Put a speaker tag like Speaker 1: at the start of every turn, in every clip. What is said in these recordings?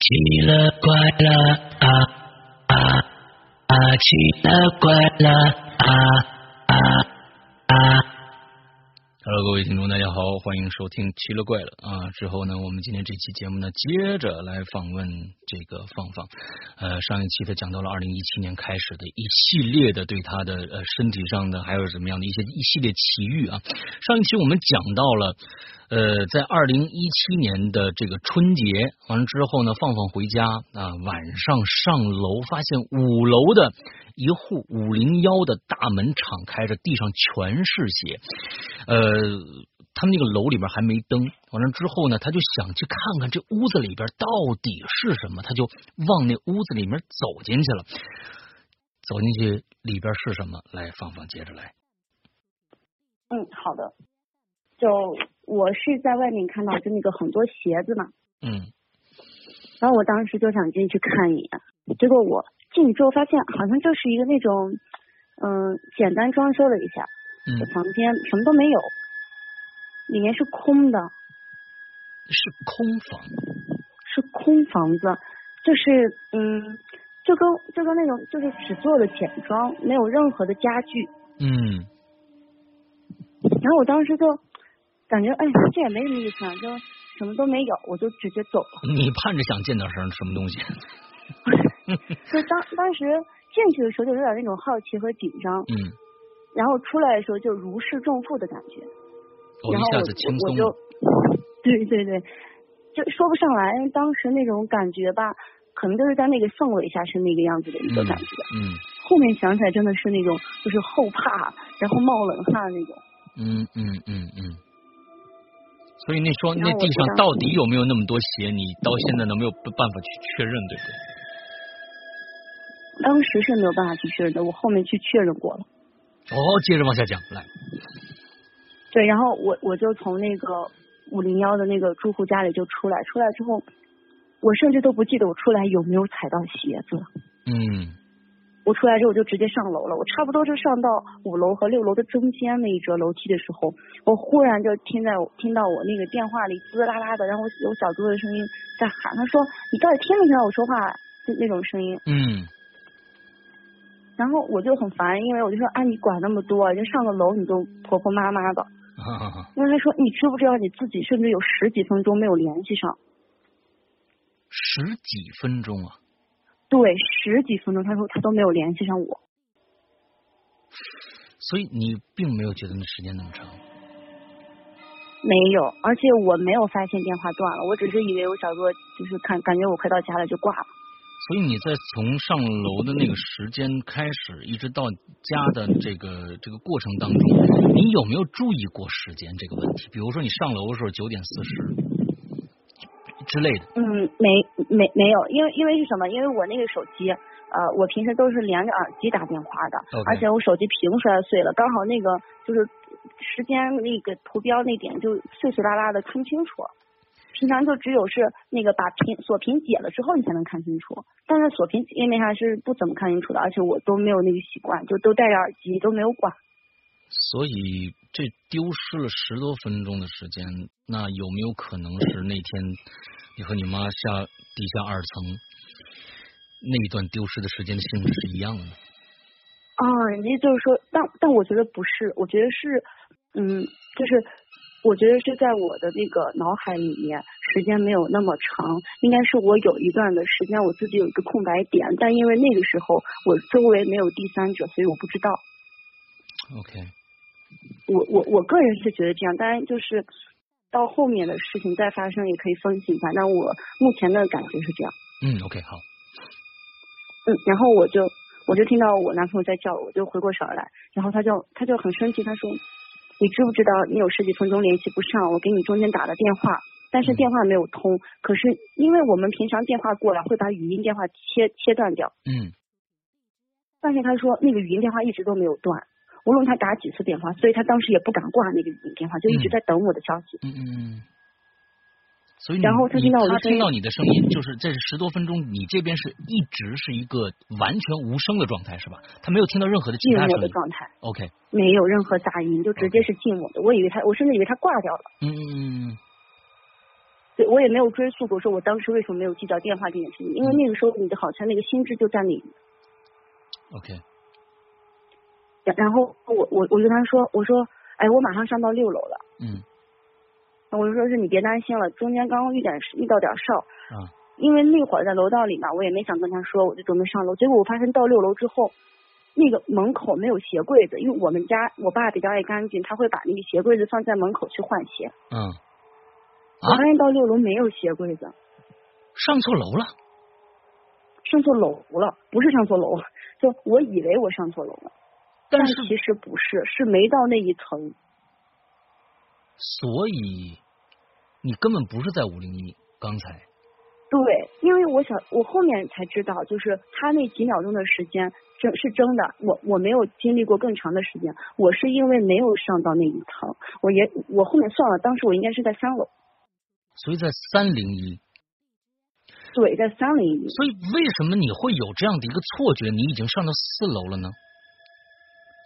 Speaker 1: 奇了怪了啊啊啊！奇了怪了啊啊啊！
Speaker 2: Hello，各位听众，大家好，欢迎收听《奇了怪了》啊！之后呢，我们今天这期节目呢，接着来访问这个放放。呃，上一期他讲到了二零一七年开始的一系列的对他的呃身体上的还有什么样的一些一系列奇遇啊。上一期我们讲到了，呃，在二零一七年的这个春节完了之后呢，放放回家啊，晚上上楼发现五楼的一户五零幺的大门敞开着，地上全是血。呃，他们那个楼里边还没灯，完了之后呢，他就想去看看这屋子里边到底是什么，他就往那屋子里面走进去了。走进去里边是什么？来，芳芳接着来。
Speaker 3: 嗯，好的。就我是在外面看到就那个很多鞋子嘛，
Speaker 2: 嗯
Speaker 3: 然后我当时就想进去看一眼，结果我进去之后发现好像就是一个那种，嗯、简单装修了一下，
Speaker 2: 嗯
Speaker 3: 这，房间什么都没有，里面是空的，
Speaker 2: 是空房。
Speaker 3: 是空房子，就是嗯，就跟就跟那种就是只做了简装，没有任何的家具，
Speaker 2: 嗯
Speaker 3: 然后我当时就感觉哎这也没什么意思啊，就什么都没有，我就直接走了。
Speaker 2: 你盼着想见点什么什么东西？嗯
Speaker 3: 就当当时进去的时候就有点那种好奇和紧张，
Speaker 2: 嗯，
Speaker 3: 然后出来的时候就如释重负的感觉，
Speaker 2: 我
Speaker 3: 然后
Speaker 2: 哦一
Speaker 3: 我
Speaker 2: 下子轻
Speaker 3: 我
Speaker 2: 松
Speaker 3: 就
Speaker 2: 了。，
Speaker 3: 对对对，就说不上来，因为当时那种感觉吧，可能就是在那个氛围下是那个样子的一个感觉，
Speaker 2: 嗯
Speaker 3: 后面想起来真的是那种就是后怕，然后冒冷汗那种，
Speaker 2: 嗯嗯嗯嗯。所以那双
Speaker 3: 然
Speaker 2: 那
Speaker 3: 后我
Speaker 2: 地
Speaker 3: 就
Speaker 2: 上
Speaker 3: 当
Speaker 2: 到
Speaker 3: 时
Speaker 2: 底有没有那么多鞋？你到现在都没有办法去确认，对不对？
Speaker 3: 当时是没有办法去确认的，我后面去确认过了。
Speaker 2: 哦，接着往下讲，来，
Speaker 3: 对，然后我我就从那个五零幺的那个住户家里就出来，出来之后，我甚至都不记得我出来有没有踩到鞋子。
Speaker 2: 嗯
Speaker 3: 我出来之后我就直接上楼了，我差不多就上到五楼和六楼的中间那一折楼梯的时候，我忽然就听在我听到我那个电话里滋啦啦的，然后有小哥哥的声音在喊，他说你到底听没听到我说话啊？就那种声音，
Speaker 2: 嗯
Speaker 3: 然后我就很烦，因为我就说啊你管那么多，就上个楼你就婆婆妈妈的，
Speaker 2: 哈哈哈，
Speaker 3: 因为他说你知不知道你自己甚至有十几分钟没有联系上？
Speaker 2: 十几分钟啊，
Speaker 3: 对，十几分钟，他说他都没有联系上我。
Speaker 2: 所以你并没有觉得那时间那么长。
Speaker 3: 没有，而且我没有发现电话断了，我只是以为我小哥就是看感觉我快到家了就挂了。
Speaker 2: 所以你在从上楼的那个时间开始，一直到家的这个这个过程当中，你有没有注意过时间这个问题？比如说你上楼的时候九点四十之类的，
Speaker 3: 嗯，没没没有，因为因为是什么？因为我那个手机，呃，我平时都是连着耳机打电话的
Speaker 2: OK
Speaker 3: 而且我手机屏摔碎了，刚好那个就是时间那个图标那点就碎碎拉拉的看不清楚。平常就只有是那个把屏锁屏解了之后，你才能看清楚。但是锁屏页面上是不怎么看清楚的，而且我都没有那个习惯，就都戴着耳机，都没有管。
Speaker 2: 所以这丢失了十多分钟的时间，那有没有可能是那天你和你妈下地下二层那一段丢失的时间的性质是一样的呢？
Speaker 3: 哦，人家就是说，但但我觉得不是，我觉得是，嗯，就是我觉得是在我的那个脑海里面，时间没有那么长，应该是我有一段的时间我自己有一个空白点，但因为那个时候我周围没有第三者，所以我不知道。
Speaker 2: OK，
Speaker 3: 我我我个人是觉得这样，当然就是到后面的事情再发生也可以分析一下，但我目前的感觉是这样。
Speaker 2: 嗯，OK，好，
Speaker 3: 嗯，然后我就我就听到我男朋友在叫我，我就回过神儿来，然后他就他就很生气，他说：“你知不知道你有十几分钟联系不上，我给你中间打了电话，但是
Speaker 2: 嗯
Speaker 3: 电话没有通。可是因为我们平常电话过来会把语音电话切切断掉，
Speaker 2: 嗯
Speaker 3: 但是他说那个语音电话一直都没有断，无论他打几次电话，所以他当时也不敢挂那个语音电话，就一直
Speaker 2: 嗯
Speaker 3: 在等我的消息。
Speaker 2: 嗯嗯。嗯，所以你
Speaker 3: 然后他
Speaker 2: 你
Speaker 3: 听到我的
Speaker 2: 他
Speaker 3: 声音
Speaker 2: 听到你的声音，就是在这十多分钟，你这边是一直是一个完全无声的状态，是吧？他没有听到任何的其
Speaker 3: 静
Speaker 2: 他
Speaker 3: 默
Speaker 2: 声
Speaker 3: 的
Speaker 2: 音。
Speaker 3: 状态，
Speaker 2: OK，
Speaker 3: 没有任
Speaker 2: 嗯
Speaker 3: 何杂音，就直接是静默的。我以为他，我甚至以为他挂掉了。
Speaker 2: 嗯嗯嗯嗯
Speaker 3: 对我也没有追溯过，说我当时为什么没有记到电话这件事情，因为那个时候你的好像那个心智就在你。
Speaker 2: OK，
Speaker 3: 然然后我我我就跟他说，我说，哎，我马上上到六楼了，
Speaker 2: 嗯
Speaker 3: 我就说是你别担心了，中间刚刚遇点遇到点事
Speaker 2: 啊
Speaker 3: 儿，因为那会儿在楼道里嘛，我也没想跟他说，我就准备上楼。结果我发现到六楼之后，那个门口没有鞋柜子，因为我们家我爸比较爱干净，他会把那个鞋柜子放在门口去换鞋。
Speaker 2: 嗯，啊
Speaker 3: 我发现到六楼没有鞋柜子，
Speaker 2: 上错楼了。
Speaker 3: 上错楼了，不是上错楼，就我以为我上错楼了，但
Speaker 2: 但是
Speaker 3: 其实不是，是没到那一层。
Speaker 2: 所以你根本不是在五零一，刚才
Speaker 3: 对，因为我想，我后面才知道，就是他那几秒钟的时间真是真的，我我没有经历过更长的时间，我是因为没有上到那一层，我也我后面算了，当时我应该是在三楼，
Speaker 2: 所以在三零一，
Speaker 3: 对，在三零一，
Speaker 2: 所以为什么你会有这样的一个错觉？你已经上到四楼了呢？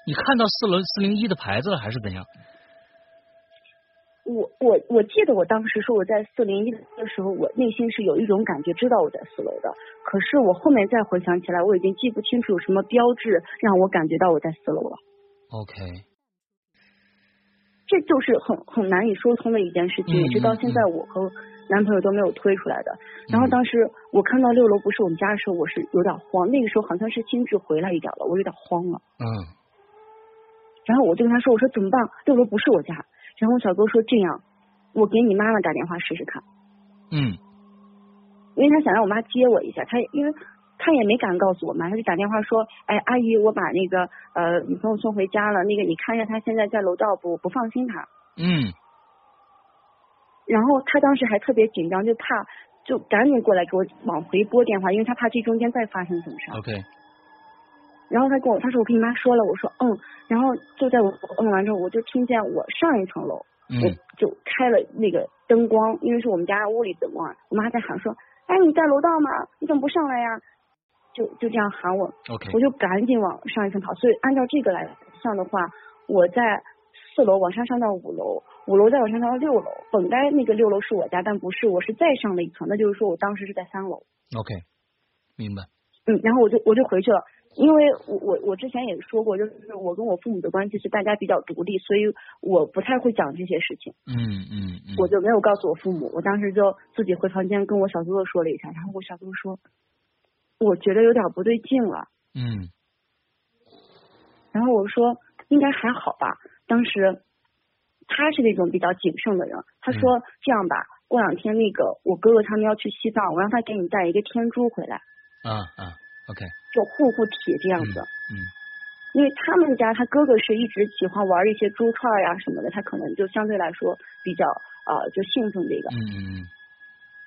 Speaker 2: 你看到四楼四零一的牌子了，还是怎样？
Speaker 3: 我我我记得我当时说我在四零一的时候，我内心是有一种感觉，知道我在四楼的，可是我后面再回想起来，我已经记不清楚有什么标志让我感觉到我在四楼了。
Speaker 2: OK，
Speaker 3: 这就是很很难以说通的一件事情，
Speaker 2: 嗯嗯
Speaker 3: 一直到现在我和男朋友都没有推出来的。然后当时我看到六楼不是我们家的时候，我是有点慌，那个时候好像是心智回来一点了，我有点慌了。
Speaker 2: 嗯
Speaker 3: 然后我就跟他说：“我说怎么办？六楼不是我家。”然后我小哥说：“这样，我给你妈妈打电话试试看，
Speaker 2: 嗯
Speaker 3: 因为他想让我妈接我一下，他因为。”他也没敢告诉我妈，他就打电话说：“哎，阿姨，我把那个呃女朋友送回家了，那个你看一下他现在在楼道不？我不放心他。”
Speaker 2: 嗯
Speaker 3: 然后他当时还特别紧张，就怕就赶紧过来给我往回拨电话，因为他怕这中间再发生什么事儿。
Speaker 2: ，OK，
Speaker 3: 然后他跟我他说我跟你妈说了，我说嗯，然后就在我嗯完之后，我就听见我上一层楼，
Speaker 2: 嗯
Speaker 3: 我就开了那个灯光，因为是我们家屋里灯光，我妈在喊说，哎你在楼道吗？你怎么不上来呀？就就这样喊我，
Speaker 2: ，OK，
Speaker 3: 我就赶紧往上一层跑。所以按照这个来算的话，我在四楼往上上到五楼，五楼再往上上到六楼。本该那个六楼是我家，但不是，我是再上了一层，那就是说我当时是在三楼。
Speaker 2: OK，明白。
Speaker 3: 嗯，然后我就我就回去了，因为我我我之前也说过，就是我跟我父母的关系是大家比较独立，所以我不太会讲这些事情，
Speaker 2: 嗯嗯嗯，
Speaker 3: 我就没有告诉我父母。我当时就自己回房间跟我小哥哥说了一下，然后我小哥哥说，我觉得有点不对劲了。
Speaker 2: 嗯
Speaker 3: 然后我说应该还好吧。当时他是那种比较谨慎的人，他说这样吧，过两天那个我哥哥他们要去西藏，我让他给你带一个天珠回来，
Speaker 2: 啊啊，OK，
Speaker 3: 就护护体这样子。
Speaker 2: 嗯
Speaker 3: 因为他们家他哥哥是一直喜欢玩一些珠串呀、什么的，他可能就相对来说比较呃就信奉这个，
Speaker 2: 嗯嗯嗯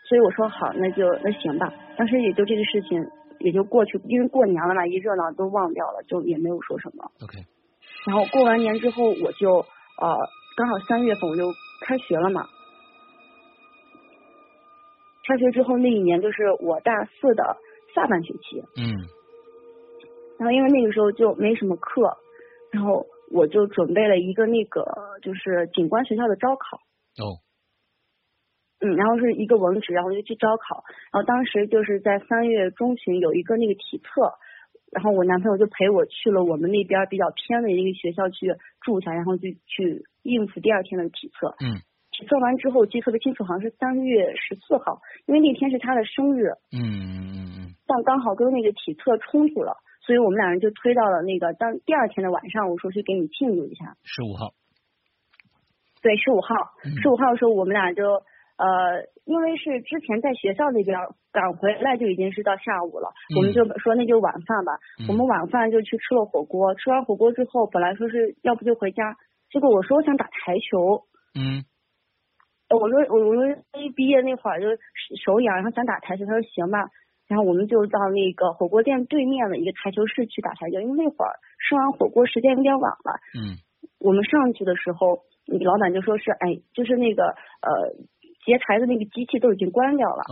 Speaker 3: 所以我说好，那就那行吧。当时也就这个事情也就过去，因为过年了嘛，一热闹都忘掉了，就也没有说什么。
Speaker 2: ，OK，
Speaker 3: 然后过完年之后，我就呃，刚好三月份我就开学了嘛。开学之后那一年就是我大四的下半学期，
Speaker 2: 嗯
Speaker 3: 然后因为那个时候就没什么课，然后我就准备了一个那个呃就是景观学校的招考，
Speaker 2: 哦，
Speaker 3: 嗯，然后是一个文职，然后就去招考，然后当时就是在三月中旬有一个那个体测，然后我男朋友就陪我去了我们那边比较偏的一个学校去住一下，然后就去应付第二天的体测。
Speaker 2: 嗯
Speaker 3: 体测完之后，我记得特别清楚，好像是三月十四号，因为那天是他的生日，
Speaker 2: 嗯嗯嗯
Speaker 3: 但刚好跟那个体测冲突了，所以我们俩人就推到了那个当第二天的晚上，我说去给你庆祝一下。
Speaker 2: 十五号，
Speaker 3: 对，十五号，
Speaker 2: 嗯
Speaker 3: 十五号的时候我们俩就呃，因为是之前在学校那边赶回来就已经是到下午了，我们
Speaker 2: 嗯
Speaker 3: 就说那就晚饭吧。我们
Speaker 2: 嗯
Speaker 3: 晚饭就去吃了火锅，吃完火锅之后，本来说是要不就回家，结果我说我想打台球。
Speaker 2: 嗯
Speaker 3: 呃我说我我说一毕业那会儿就手痒，然后想打台球，他说行吧，然后我们就到那个火锅店对面的一个台球室去打台球，因为那会儿吃完火锅时间有点晚了，
Speaker 2: 嗯
Speaker 3: 我们上去的时候，那个老板就说是，哎，就是那个呃结台的那个机器都已经关掉了
Speaker 2: 啊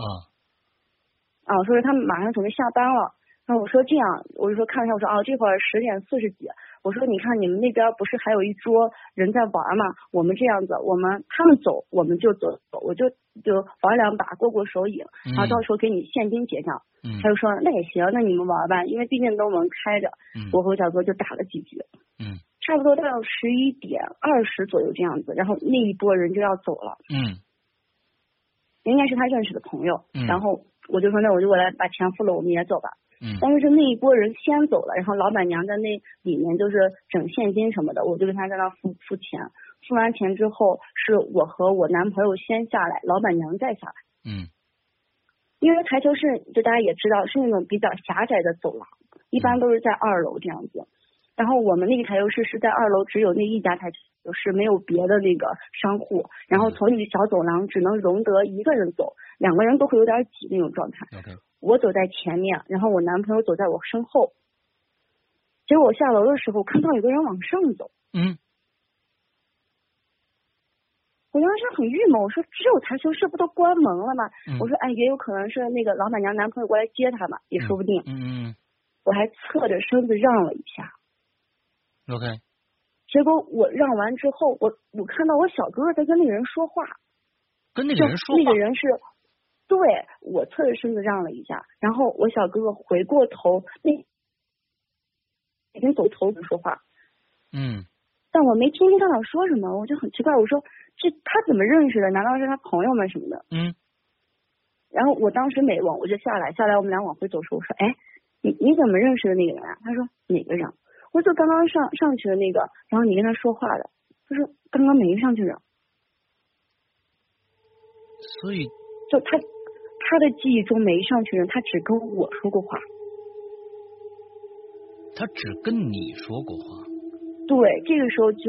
Speaker 3: 啊，啊说是他们马上准备下班了。然后我说这样，我就说看了一下，我说哦，这会儿十点四十几，我说你看你们那边不是还有一桌人在玩嘛？我们这样子，我们他们走我们就走，我就就玩两把过过手瘾，然后啊到时候给你现金结账。
Speaker 2: 嗯
Speaker 3: 他就说那也行，那你们玩吧，因为毕竟都门开着。
Speaker 2: 嗯
Speaker 3: 我和小哥就打了几局，
Speaker 2: 嗯
Speaker 3: 差不多到十一点二十左右这样子，然后那一波人就要走了，
Speaker 2: 嗯
Speaker 3: 应该是他认识的朋友，
Speaker 2: 嗯
Speaker 3: 然后我就说那我就过来把钱付了，我们也走吧。
Speaker 2: 嗯
Speaker 3: 但是那一波人先走了，然后老板娘在那里面就是整现金什么的，我就跟她在那付付钱。付完钱之后，是我和我男朋友先下来，老板娘再下来。
Speaker 2: 嗯
Speaker 3: 因为台球室就大家也知道是那种比较狭窄的走廊，一般都是在二楼这样子。然后我们那个台球室是在二楼，只有那一家台球室，没有别的那个商户。然后从那个小走廊只能容得一个人走，两个人都会有点挤那种状态。
Speaker 2: 嗯，OK，
Speaker 3: 我走在前面，然后我男朋友走在我身后。结果我下楼的时候看到有个人往上走，
Speaker 2: 嗯
Speaker 3: 我当时很郁闷，我说只有台球室不都关门了吗？
Speaker 2: 嗯
Speaker 3: 我说哎，也有可能是那个老板娘男朋友过来接她嘛，也说不定。
Speaker 2: 嗯嗯
Speaker 3: 我还侧着身子让了一下，
Speaker 2: 嗯，OK，
Speaker 3: 结果我让完之后，我我看到我小哥哥在跟那个人说话，
Speaker 2: 跟那
Speaker 3: 那
Speaker 2: 个人说话，
Speaker 3: 那个人是，对我侧着身子让了一下，然后我小哥哥回过头，那已经走头不说话，
Speaker 2: 嗯
Speaker 3: 但我没听清他俩说什么，我就很奇怪，我说这他怎么认识的？难道是他朋友们什么的？
Speaker 2: 嗯
Speaker 3: 然后我当时没问，我就下来，下来我们俩往回走的时候，我说，哎，你你怎么认识的那个人啊？他说哪个人？我说就刚刚上上去的那个，然后你跟他说话的。他说刚刚没上去的，
Speaker 2: 所以
Speaker 3: 就他他的记忆中没上去人，他只跟我说过话。
Speaker 2: 他只跟你说过话，
Speaker 3: 对，这个时候就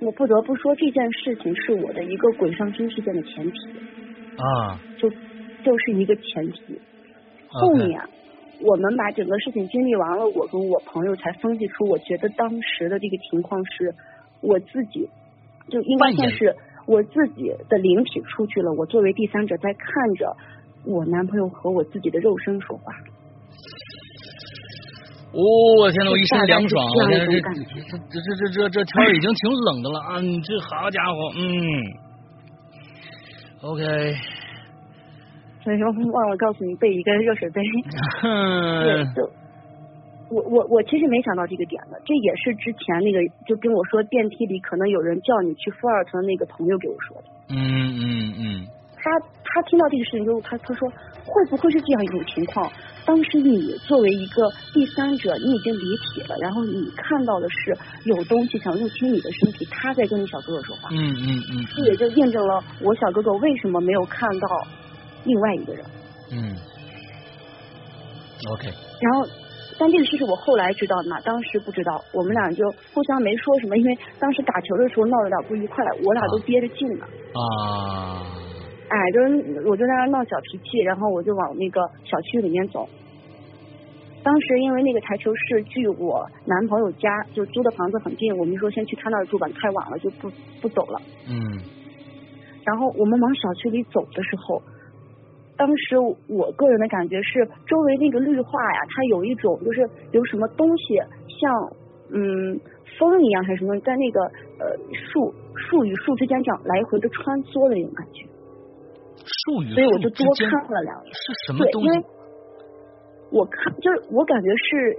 Speaker 3: 我不得不说这件事情是我的一个鬼上身事件的前提，
Speaker 2: 啊
Speaker 3: 就就是一个前提。后
Speaker 2: ，OK，
Speaker 3: 面我们把整个事情经历完了，我跟我朋友才分析出，我觉得当时的这个情况是我自己就应该
Speaker 2: 扮演
Speaker 3: 算是我自己的灵体出去了，我作为第三者在看着我男朋友和我自己的肉身说话，
Speaker 2: 哦，我天呐，我一身凉爽，我现在这这这这这这天儿已经挺冷的了啊！你这好家伙，嗯，OK，
Speaker 3: 所以说忘了告诉你备一个热水杯。 对，
Speaker 2: 嗯
Speaker 3: 就我我我其实没想到这个点的，这也是之前那个就跟我说电梯里可能有人叫你去负二层的那个朋友给我说的。
Speaker 2: 嗯嗯
Speaker 3: 他他听到这个事情之后，他他说会不会是这样一种情况？当时你作为一个第三者，你已经离体了，然后你看到的是有东西想入侵你的身体，他在跟你小哥哥说话，
Speaker 2: 嗯嗯嗯
Speaker 3: 这也就验证了我小哥哥为什么没有看到另外一个人。
Speaker 2: 嗯，OK，
Speaker 3: 然后，但这个事是我后来知道的嘛，当时不知道，我们俩就互相没说什么，因为当时打球的时候闹了点不愉快，我俩都憋着劲呢。
Speaker 2: 啊，
Speaker 3: 哎，就是我就在那儿闹小脾气，然后我就往那个小区里面走。当时因为那个台球室距我男朋友家就租的房子很近，我们说先去他那儿住吧，太晚了就不不走了。
Speaker 2: 嗯
Speaker 3: 然后我们往小区里走的时候，当时我个人的感觉是，周围那个绿化呀，它有一种就是有什么东西像嗯风一样还是什么，在那个呃树树与树之间这样来回的穿梭的那种感觉，
Speaker 2: 术语
Speaker 3: 所以我就
Speaker 2: 之
Speaker 3: 多
Speaker 2: 间
Speaker 3: 看了两眼。
Speaker 2: 是什么
Speaker 3: 对，
Speaker 2: 东
Speaker 3: 因
Speaker 2: 西
Speaker 3: 为我看就是我感觉是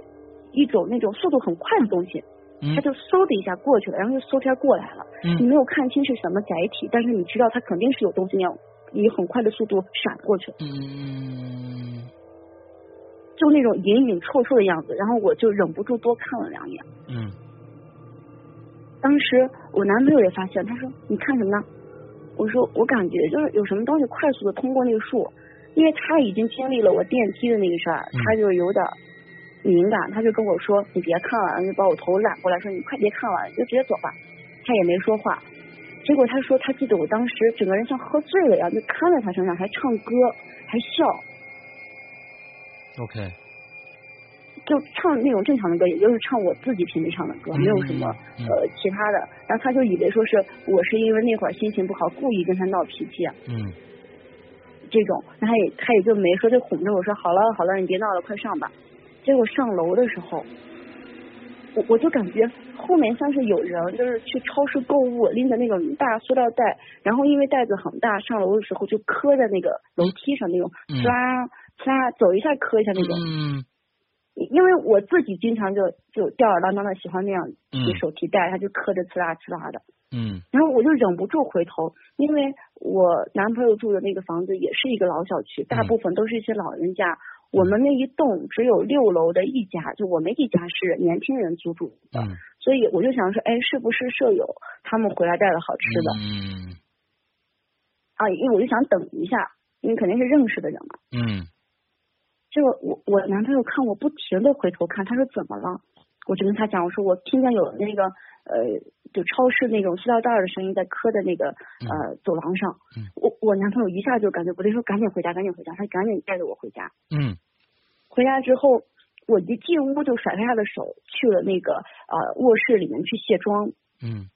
Speaker 3: 一种那种速度很快的东西，
Speaker 2: 嗯
Speaker 3: 它就嗖的一下过去了，然后又嗖天过来了。
Speaker 2: 嗯
Speaker 3: 你没有看清是什么载体，但是你知道它肯定是有东西那样以很快的速度闪过去，
Speaker 2: 嗯
Speaker 3: 就那种隐隐绰绰的样子。然后我就忍不住多看了两眼。
Speaker 2: 嗯
Speaker 3: 当时我男朋友也发现，他说：“你看什么呢？”我说：“我感觉就是有什么东西快速的通过那个树，因为他已经经历了我电梯的那个事儿，
Speaker 2: 嗯
Speaker 3: 他就有点儿敏感，他就跟我说：‘你别看了’，就把我头揽过来说：‘你快别看了，你就直接走吧。’他也没说话。结果他说他记得我当时整个人像喝醉了一样，就瘫在他身上，还唱歌，还笑，
Speaker 2: ，OK，
Speaker 3: 就唱那种正常的歌，也就是唱我自己平时唱的歌，没有什么
Speaker 2: 嗯
Speaker 3: 呃其他的。然后他就以为说是我是因为那会儿心情不好，故意跟他闹脾气啊
Speaker 2: 嗯
Speaker 3: 这种，然后他也他也就没说，就哄着我说好了好了，你别闹了，快上吧。结果上楼的时候，我我就感觉后面像是有人就是去超市购物，拎着那种大塑料袋，然后因为袋子很大，上楼的时候就磕在那个楼梯上那种，
Speaker 2: 嗯
Speaker 3: 呲啦呲啦走一下磕一下那种。
Speaker 2: 嗯
Speaker 3: 因为我自己经常就就吊儿郎当的喜欢那样
Speaker 2: 嗯
Speaker 3: 提手提袋，他就磕着呲啦呲啦的。
Speaker 2: 嗯
Speaker 3: 然后我就忍不住回头，因为我男朋友住的那个房子也是一个老小区，大
Speaker 2: 嗯
Speaker 3: 部分都是一些老人家。我们那一栋只有六楼的一家，就我们一家是年轻人租住的，
Speaker 2: 嗯，
Speaker 3: 所以我就想说，哎，是不是舍友他们回来带了好吃的、
Speaker 2: 嗯
Speaker 3: 啊？因为我就想等一下，因为肯定是认识的人嘛。
Speaker 2: 嗯
Speaker 3: 结果我我男朋友看我不停的回头看，他说怎么了？我就跟他讲，我说我听见有那个呃，就超市那种塑料袋儿的声音在磕在那个呃走廊上。
Speaker 2: 嗯
Speaker 3: 我我男朋友一下就感觉不对，说赶紧回家，赶紧回家，他赶紧带着我回家。
Speaker 2: 嗯
Speaker 3: 回家之后，我一进屋就甩开他的手，去了那个呃卧室里面去卸妆。
Speaker 2: 嗯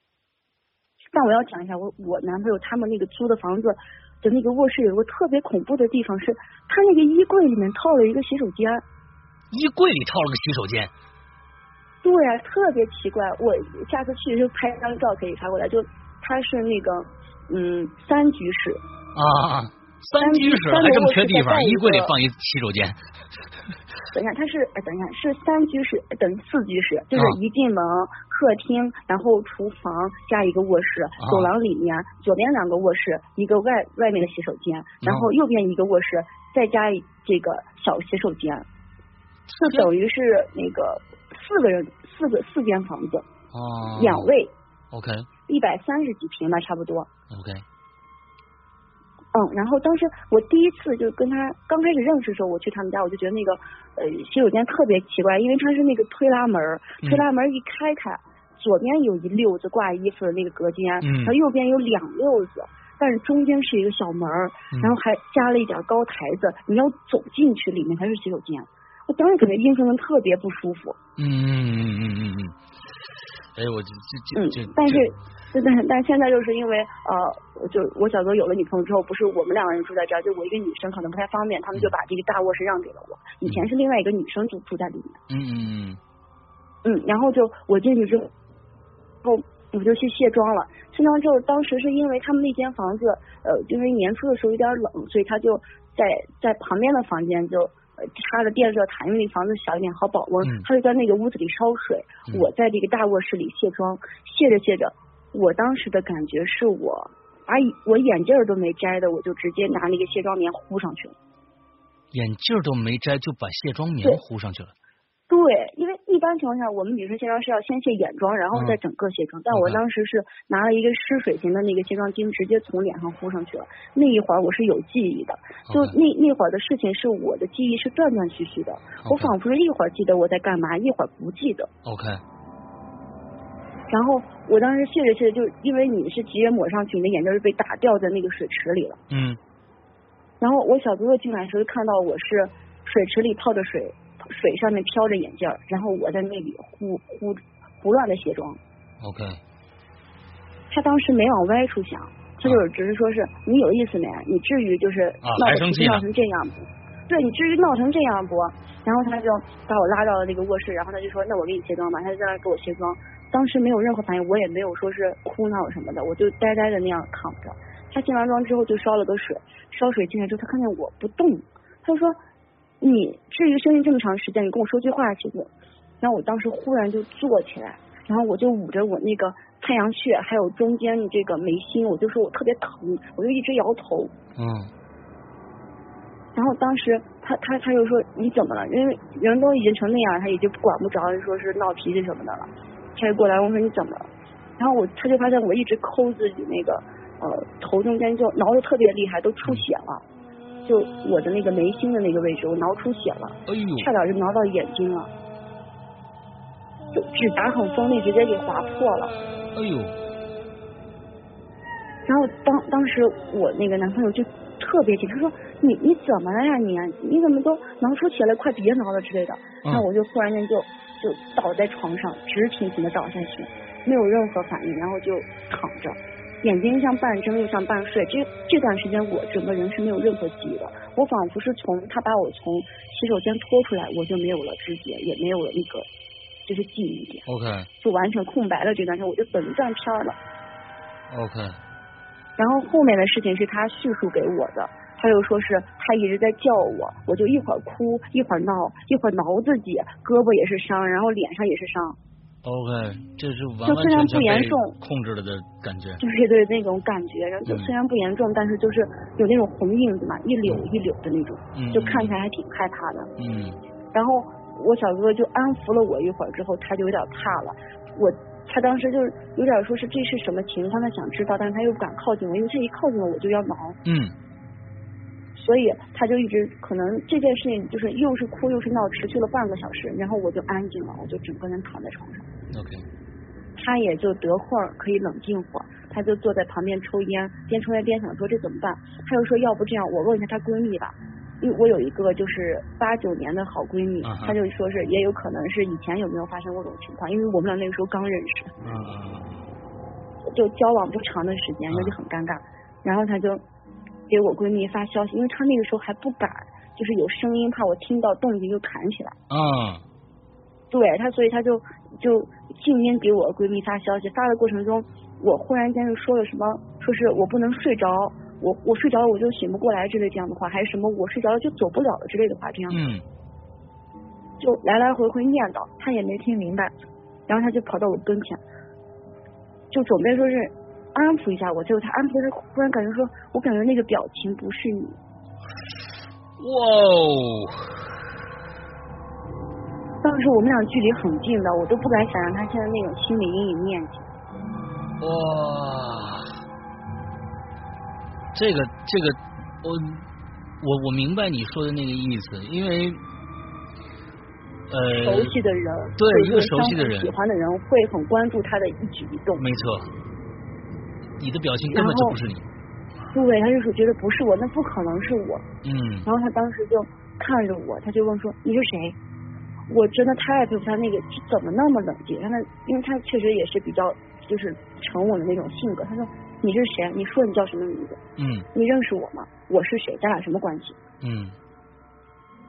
Speaker 3: 但我要讲一下，我我男朋友他们那个租的房子的那个卧室有个特别恐怖的地方是，他那个衣柜里面套了一个洗手间。
Speaker 2: 衣柜里套了个洗手间。
Speaker 3: 对啊，特别奇怪。我下次去就拍张照可以发过来。就它是那个嗯三居室，
Speaker 2: 啊，三居室
Speaker 3: 三
Speaker 2: 还
Speaker 3: 楼
Speaker 2: 这么缺地
Speaker 3: 我
Speaker 2: 方，
Speaker 3: 是在
Speaker 2: 衣柜里
Speaker 3: 一个
Speaker 2: 放一洗手间。
Speaker 3: 等一下它是哎等一下是三居室呃等于四居室，就是
Speaker 2: 啊
Speaker 3: 一进门、客厅，然后厨房加一个卧室，走廊里面左边两个卧室，一个外外面的洗手间，然后右边一个卧室，再加一这个小洗手间，就等于是那个四个人四个四间房子，
Speaker 2: 哦，
Speaker 3: 两卫
Speaker 2: ，OK
Speaker 3: 一百三十几平吧，差不多。
Speaker 2: OK，
Speaker 3: 嗯，然后当时我第一次就跟他刚开始认识的时候，我去他们家，我就觉得那个呃洗手间特别奇怪，因为它是那个推拉门儿，推
Speaker 2: 嗯
Speaker 3: 拉门儿一开开，左边有一溜子挂衣服的那个隔间，
Speaker 2: 嗯
Speaker 3: 然后右边有两溜子，但是中间是一个小门儿，
Speaker 2: 嗯
Speaker 3: 然后还加了一点高台子，你要走进去里面才是洗手间。我当时感觉阴森森特别不舒服，
Speaker 2: 嗯嗯嗯嗯嗯嗯，哎，我这
Speaker 3: 嗯
Speaker 2: 这这这，，
Speaker 3: 但是但但但现在就是因为呃，就我小时候有了女朋友之后，不是我们两个人住在这儿，就我一个女生可能不太方便，他们就
Speaker 2: 嗯
Speaker 3: 把这个大卧室让给了我。以前是另外一个女生住住在里面，
Speaker 2: 嗯嗯嗯
Speaker 3: 嗯，然后就我进去之后，然后我就去卸妆了。卸妆之后，当时是因为他们那间房子，呃，因为年初的时候有点冷，所以他就在在旁边的房间就。呃插着电热毯，因为那房子小一点好保温，
Speaker 2: 嗯
Speaker 3: 他就在那个屋子里烧水，
Speaker 2: 嗯
Speaker 3: 我在这个大卧室里卸妆，卸着卸着，我当时的感觉是我把眼我眼镜儿都没摘的，我就直接拿那个卸妆棉糊上去了。
Speaker 2: 眼镜儿都没摘就把卸妆棉
Speaker 3: 对
Speaker 2: 糊上去了。
Speaker 3: 对，因为一般情况下，我们女生卸妆是要先卸眼妆，然后再整个卸妆。但我
Speaker 2: 嗯
Speaker 3: 当时是拿了一个湿水型的那个卸妆巾，直接从脸上糊上去了。那一会儿我是有记忆的，就
Speaker 2: OK，
Speaker 3: 那那会儿的事情是我的记忆是断断续续的，我
Speaker 2: OK
Speaker 3: 仿佛是一会儿记得我在干嘛，一会儿不记得。
Speaker 2: OK，
Speaker 3: 然后我当时卸着卸着，就因为你是直接抹上去，你的眼镜儿就被打掉在那个水池里了。
Speaker 2: 嗯
Speaker 3: 然后我小哥哥进来的时候就看到我是水池里泡着水，水上面飘着眼镜儿，然后我在那里胡胡胡乱的卸妆。
Speaker 2: OK，
Speaker 3: 他当时没往歪处想，他就是
Speaker 2: 啊
Speaker 3: 只是说是你有意思没？你至于就是闹
Speaker 2: 还啊
Speaker 3: 得
Speaker 2: 生气
Speaker 3: 闹
Speaker 2: 呢
Speaker 3: 成这样不？对你至于闹成这样不？然后他就把我拉到了那个卧室，然后他就说那我给你卸妆吧，他就在那儿给我卸妆。当时没有任何反应，我也没有说是哭闹什么的，我就呆呆的那样躺着。他卸完妆之后就烧了个水，烧水进来之后，他看见我不动，他就说你至于生病这么长时间，你跟我说句话行不？然后我当时忽然就坐起来，然后我就捂着我那个太阳穴，还有中间的这个眉心，我就说我特别疼，我就一直摇头。
Speaker 2: 嗯
Speaker 3: 然后当时他他他就说你怎么了？因为人都已经成那样，他已经管不着，说是闹脾气什么的了。他就过来问我说你怎么了？然后我他就发现我一直抠自己那个呃头中间就挠的特别厉害，都出血了，就我的那个眉心的那个位置我挠出血了。
Speaker 2: 哎
Speaker 3: 差
Speaker 2: 呦，
Speaker 3: 点就挠到眼睛了，就指甲很锋利，直接给划破了。
Speaker 2: 哎呦，
Speaker 3: 然后当当时我那个男朋友就特别急，他说你你怎么了呀你啊你怎么都挠出血了，快别挠了之类的。
Speaker 2: 嗯
Speaker 3: 那、我就忽然间就就倒在床上，直挺挺的倒下去，没有任何反应，然后就躺着，眼睛像半睁又像半睡。这这段时间我整个人是没有任何记忆的，我仿佛是从他把我从洗手间拖出来，我就没有了知觉，也没有了那个就是记忆一点，
Speaker 2: ？OK
Speaker 3: 就完全空白了这段时间，我就等于断片儿了。
Speaker 2: OK
Speaker 3: 然后后面的事情是他叙述给我的，他又说是他一直在叫我，我就一会儿哭，一会儿闹，一会儿挠自己，胳膊也是伤，然后脸上也是伤，
Speaker 2: OK，这是完
Speaker 3: 就
Speaker 2: 完
Speaker 3: 虽然
Speaker 2: 全全
Speaker 3: 不严
Speaker 2: 被
Speaker 3: 重
Speaker 2: 控制了的感觉。
Speaker 3: 就是对那种感觉，然后就
Speaker 2: 嗯
Speaker 3: 虽然不严重，但是就是有那种红印子嘛，一绺一绺的那种，
Speaker 2: 嗯，
Speaker 3: 就看起来还挺害怕的。
Speaker 2: 嗯
Speaker 3: 然后我小哥哥就安抚了我一会儿之后，他就有点怕了。我他当时就是有点说是这是什么情况，他想知道，但是他又不敢靠近我，因为他一靠近我我就要挠，
Speaker 2: 嗯
Speaker 3: 所以他就一直可能这件事情就是又是哭又是闹，持续了半个小时，然后我就安静了，我就整个人躺在床上。
Speaker 2: ，OK，
Speaker 3: 他也就得会儿可以冷静会儿，他就坐在旁边抽烟，边抽烟边想说这怎么办。他又说要不这样，我问一下她闺蜜吧，因为我有一个就是八九年的好闺蜜
Speaker 2: 啊哈，
Speaker 3: 她就说是也有可能是以前有没有发生过这种情况，因为我们俩那个时候刚认识，
Speaker 2: 嗯嗯
Speaker 3: 就交往不长的时间，
Speaker 2: 啊
Speaker 3: 那就很尴尬。然后他就给我闺蜜发消息，因为她那个时候还不敢，就是有声音怕我听到动静就弹起来。
Speaker 2: 嗯
Speaker 3: 对她，所以她就就静音给我闺蜜发消息，发的过程中，我忽然间就说了什么，说是我不能睡着，我我睡着了我就醒不过来之类这样的话，还是什么我睡着了就走不了了之类的话，这样
Speaker 2: 嗯
Speaker 3: 就来来回回念叨，她也没听明白，然后她就跑到我跟前，就准备说是安抚一下我，结果她安抚的时候，忽然感觉说，我感觉那个表情不是你，
Speaker 2: 哇哦，
Speaker 3: 当时我们俩距离很近的，我都不敢想象她现在那种心理阴影面积。
Speaker 2: 哇，这个这个，我我我明白你说的那个意思，因为呃，
Speaker 3: 熟悉的人，
Speaker 2: 对
Speaker 3: 或者
Speaker 2: 一个
Speaker 3: 是
Speaker 2: 熟悉的人嗯
Speaker 3: 相互喜欢的人会很关注他的一举一动。
Speaker 2: 没错，你的表情根本就不是你，
Speaker 3: 对，他就是觉得不是我，那不可能是我。
Speaker 2: 嗯
Speaker 3: 然后他当时就看着我，他就问说：“你是谁？”我真的太佩服他那个是怎么那么冷静，他那因为他确实也是比较就是沉稳的那种性格。他说：“你是谁？你说你叫什么名字？
Speaker 2: 嗯
Speaker 3: 你认识我吗？我是谁？咱俩什么关系
Speaker 2: 嗯？”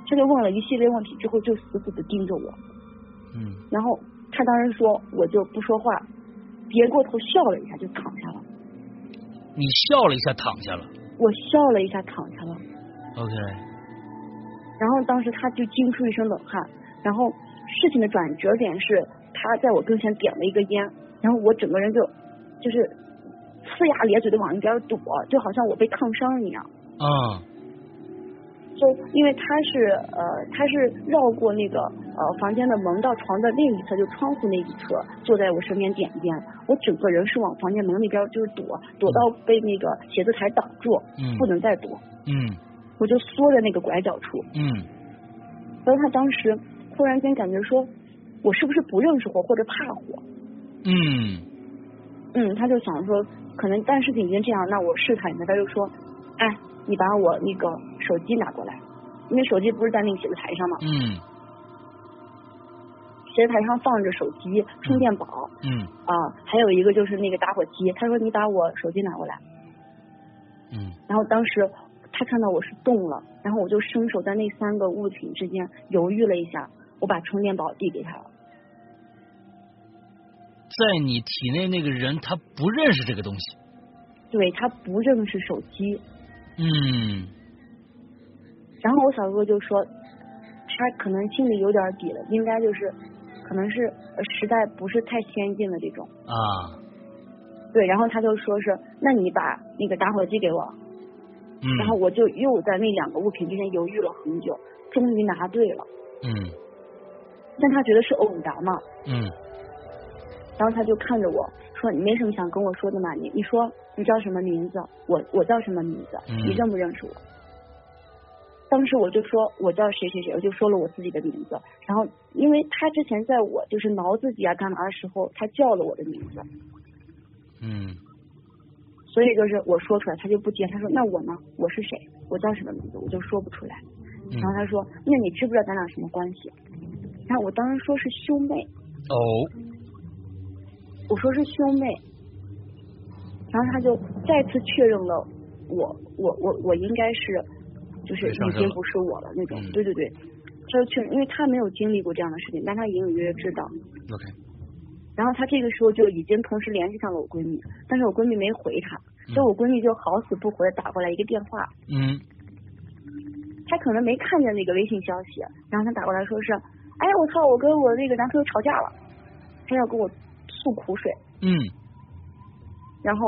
Speaker 3: 他就问了一系列问题之后，就死死的盯着我。
Speaker 2: 嗯，
Speaker 3: 然后他当时说：“我就不说话。”别过头笑了一下就躺下了。
Speaker 2: 你笑了一下，躺下了
Speaker 3: 我笑了一下，躺下了。
Speaker 2: ，OK，
Speaker 3: 然后当时他就惊出一身冷汗。然后事情的转折点是，他在我跟前点了一根烟，然后我整个人就就是呲牙咧嘴的往一边躲，就好像我被烫伤一样。
Speaker 2: 啊、
Speaker 3: 就因为他是呃，他是绕过那个呃房间的门到床的另一侧，就窗户那一侧，坐在我身边点烟。我整个人是往房间门那边就是躲，躲到被那个写字台挡住，
Speaker 2: 嗯
Speaker 3: 不能再躲，
Speaker 2: 嗯
Speaker 3: 我就缩在那个拐角处。
Speaker 2: 嗯
Speaker 3: 所以他当时忽然间感觉说，我是不是不认识火或者怕火？
Speaker 2: 嗯
Speaker 3: 嗯，他就想说，可能但事情已经这样，那我试探一下。他就说，哎，你把我那个手机拿过来，因为手机不是在那个写字台上嘛，
Speaker 2: 嗯
Speaker 3: 写字台上放着手机、充电宝
Speaker 2: 嗯
Speaker 3: 啊，还有一个就是那个打火机。他说你把我手机拿过来，
Speaker 2: 嗯
Speaker 3: 然后当时他看到我是动了，然后我就伸手在那三个物品之间犹豫了一下，我把充电宝递给他了。
Speaker 2: 在你体内那个人他不认识这个东西，
Speaker 3: 对他不认识手机，
Speaker 2: 嗯
Speaker 3: 然后我小哥就说，他可能心里有点底了，应该就是，可能是呃时代不是太先进了这种。
Speaker 2: 啊，
Speaker 3: 对，然后他就说是，那你把那个打火机给我，
Speaker 2: 嗯
Speaker 3: 然后我就又在那两个物品之间犹豫了很久，终于拿对了，
Speaker 2: 嗯
Speaker 3: 但他觉得是偶然嘛，
Speaker 2: 嗯
Speaker 3: 然后他就看着我说，你没什么想跟我说的嘛，你你说你叫什么名字，我我叫什么名字，
Speaker 2: 嗯
Speaker 3: 你认不认识我？当时我就说我叫谁谁谁，我就说了我自己的名字。然后因为他之前在我就是挠自己啊干嘛的时候，他叫了我的名字，
Speaker 2: 嗯
Speaker 3: 所以就是我说出来他就不接，他说那我呢？我是谁？我叫什么名字？我就说不出来。
Speaker 2: 嗯
Speaker 3: 然后他说那你知不知道咱俩什么关系？然后我当时说是兄妹，
Speaker 2: 哦
Speaker 3: 我说是兄妹，然后他就再次确认了我，我我我应该是，就是
Speaker 2: 被上
Speaker 3: 已
Speaker 2: 身
Speaker 3: 经
Speaker 2: 了
Speaker 3: 不是我了那种
Speaker 2: 嗯，
Speaker 3: 对对对，就是确实，因为他没有经历过这样的事情，但他隐隐约约知道。
Speaker 2: OK，
Speaker 3: 然后他这个时候就已经同时联系上了我闺蜜，但是我闺蜜没回他，
Speaker 2: 嗯
Speaker 3: 所以我闺蜜就好死不活的打过来一个电话，
Speaker 2: 嗯
Speaker 3: 她可能没看见那个微信消息，啊然后她打过来说是，哎我操，我跟我那个男朋友吵架了，她要跟我诉苦水，
Speaker 2: 嗯
Speaker 3: 然后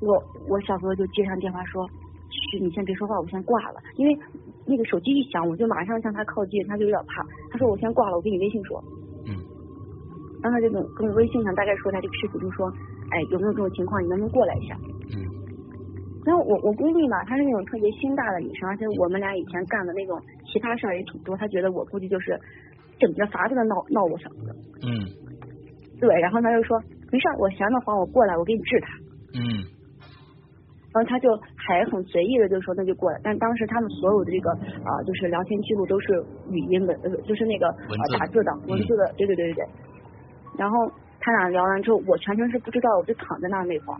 Speaker 3: 我我小哥就接上电话说，嘘，你先别说话，我先挂了，因为那个手机一响，我就马上向他靠近，他就有点怕，他说我先挂了，我给你微信说，
Speaker 2: 嗯
Speaker 3: 然后他就跟跟我微信上大概说一下这个事情，就说，哎有没有这种情况，你能不能过来一下？
Speaker 2: 嗯
Speaker 3: 然后我我闺蜜嘛，她是那种特别心大的女生，而且我们俩以前干的那种奇葩事儿也挺多。她觉得我估计就是整着法子的闹闹我小哥，
Speaker 2: 嗯
Speaker 3: 对。然后她就说没事儿，我闲得慌，我过来，我给你治他。
Speaker 2: 嗯
Speaker 3: 然后她就还很随意的就说那就过来。但当时他们所有的这个啊、呃就是聊天记录都是语音的，呃就是那个
Speaker 2: 文
Speaker 3: 呃
Speaker 2: 字嗯
Speaker 3: 打字的文字的，对对对对对。然后他俩聊完之后，我全程是不知道，我就躺在那儿那会儿。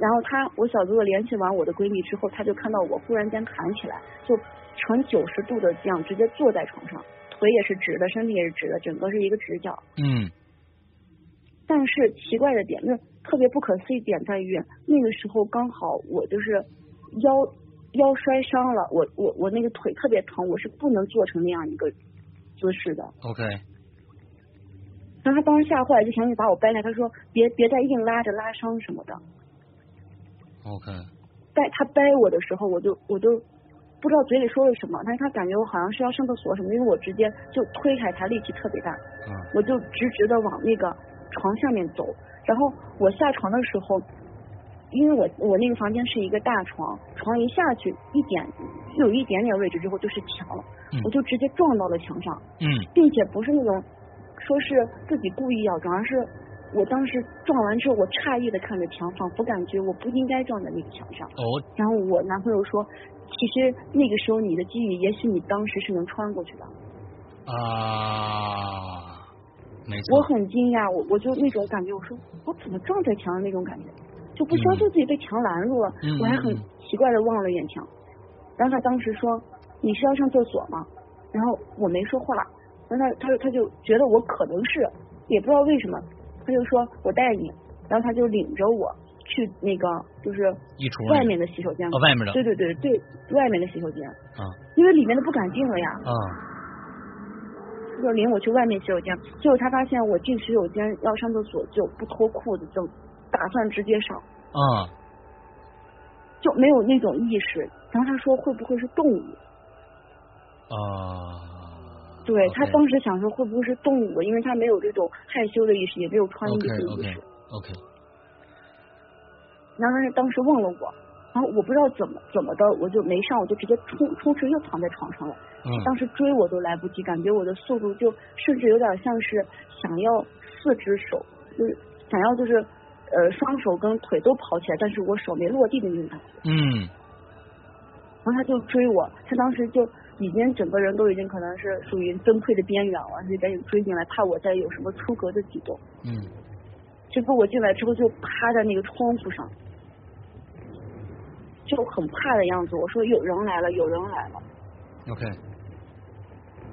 Speaker 3: 然后他，我小哥哥联系完我的闺蜜之后，他就看到我忽然间弹起来，就呈九十度的这样直接坐在床上，腿也是直的，身体也是直的，整个是一个直角。
Speaker 2: 嗯
Speaker 3: 但是奇怪的点，那特别不可思议点在于，那个时候刚好我就是腰腰摔伤了，我我我那个腿特别疼，我是不能做成那样一个姿势的。
Speaker 2: ，OK，
Speaker 3: 然后他当时吓坏了，就想起把我掰开，他说别别再硬拉着拉伤什么的。
Speaker 2: OK，
Speaker 3: 在他掰我的时候，我就我就不知道嘴里说了什么，但是他感觉我好像是要上厕所什么，因为我直接就推开他，力气特别大，
Speaker 2: 嗯
Speaker 3: 我就直直的往那个床下面走。然后我下床的时候，因为我我那个房间是一个大床，床一下去一点有一点点位置之后就是墙了
Speaker 2: 嗯，
Speaker 3: 我就直接撞到了墙上，
Speaker 2: 嗯
Speaker 3: 并且不是那种说是自己故意要撞，而是我当时撞完之后，我诧异的看着墙，仿佛感觉我不应该撞在那个墙上。
Speaker 2: 哦
Speaker 3: 然后我男朋友说，其实那个时候你的机遇，也许你当时是能穿过去的。
Speaker 2: 啊，没
Speaker 3: 我
Speaker 2: 错，
Speaker 3: 很惊讶，我我就那种感觉，我说我怎么撞在墙上那种感觉，就不相信自己被墙拦住了，
Speaker 2: 嗯
Speaker 3: 我还很奇怪的望了一眼墙。然后他当时说你是要上厕所吗？然后我没说话，然后他他他就觉得我可能是，也不知道为什么，他就说我带你，然后他就领着我去那个就是
Speaker 2: 衣橱
Speaker 3: 外
Speaker 2: 那
Speaker 3: 面的洗手间，
Speaker 2: 哦外面的
Speaker 3: 对对对对，外面的洗手间，
Speaker 2: 啊
Speaker 3: 因为里面的不敢进了呀，
Speaker 2: 啊
Speaker 3: 他就领我去外面洗手间，结果他发现我进洗手间要上厕所就不脱裤子，就打算直接上，
Speaker 2: 啊
Speaker 3: 就没有那种意识。然后他说会不会是动物？
Speaker 2: 啊，
Speaker 3: 对他当时想说会不会是动物，因为他没有这种害羞的意识，也没有穿衣
Speaker 2: OK
Speaker 3: 服的意
Speaker 2: OK
Speaker 3: 识。
Speaker 2: OK，
Speaker 3: 然后他当时忘了我，然后我不知道怎么怎么的，我就没上，我就直接冲冲出去又躺在床上了。
Speaker 2: 嗯
Speaker 3: 当时追我都来不及，感觉我的速度就甚至有点像是想要四只手，就是想要就是呃双手跟腿都跑起来，但是我手没落地的那种感觉。
Speaker 2: 嗯
Speaker 3: 然后他就追我，他当时就已经整个人都已经可能是属于崩溃的边缘了，他就赶紧追进来，怕我再有什么出格的举动。
Speaker 2: 嗯
Speaker 3: 结果我进来之后就趴在那个窗户上，就很怕的样子。我说有人来了，有人来了。
Speaker 2: OK，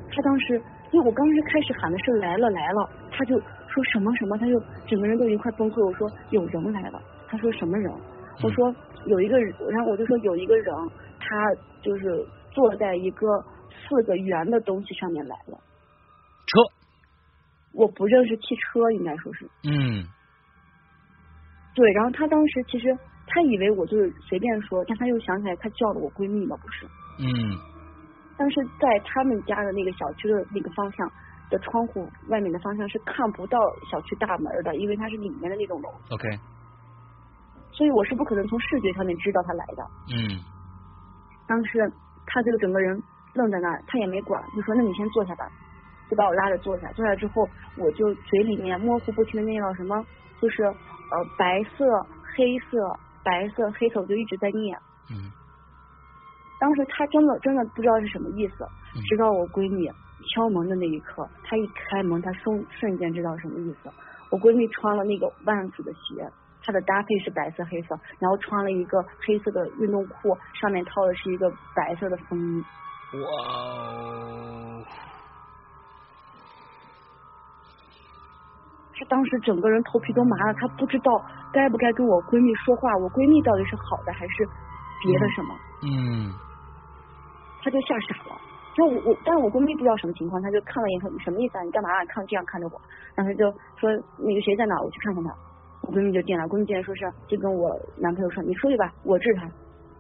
Speaker 3: 他当时，因为我刚是开始喊的是来了来了，他就说什么什么，他就整个人都已经快崩溃。我说有人来了，他说什么人？我说有一个人，然后我就说有一个人，他就是坐在一个四个圆的东西上面来了。
Speaker 2: 车
Speaker 3: 我不认识汽车，应该说是
Speaker 2: 嗯
Speaker 3: 对。然后他当时其实他以为我就是随便说，但他又想起来他叫了我闺蜜嘛，不是？
Speaker 2: 嗯
Speaker 3: 但是在他们家的那个小区的那个方向的窗户外面的方向是看不到小区大门的，因为它是里面的那种楼，
Speaker 2: OK
Speaker 3: 所以我是不可能从视觉上面知道他来的。
Speaker 2: 嗯
Speaker 3: 当时他就整个人愣在那儿，他也没管，就说那你先坐下吧，就把我拉着坐下。坐下之后，我就嘴里面模糊不清的念叨什么，就是呃白色、黑色、白色、黑色，我就一直在念。
Speaker 2: 嗯
Speaker 3: 当时他真的真的不知道是什么意思
Speaker 2: 嗯，
Speaker 3: 直到我闺蜜敲门的那一刻，她一开门，她瞬瞬间知道什么意思。我闺蜜穿了那个万斯的鞋，她的搭配是白色黑色，然后穿了一个黑色的运动裤，上面套的是一个白色的风衣。
Speaker 2: 哇哦！
Speaker 3: 她当时整个人头皮都麻了，她不知道该不该跟我闺蜜说话，我闺蜜到底是好的还是别的什么，
Speaker 2: 嗯
Speaker 3: 她就吓傻了。就我我，但是我闺蜜不知道什么情况，她就看了一眼，什么意思啊？你干嘛啊、看这样看着我？然后她就说那个谁在哪儿？我去看看他。我闺蜜就进来，闺蜜进来说是啊就跟我男朋友说，你出去吧，我治他。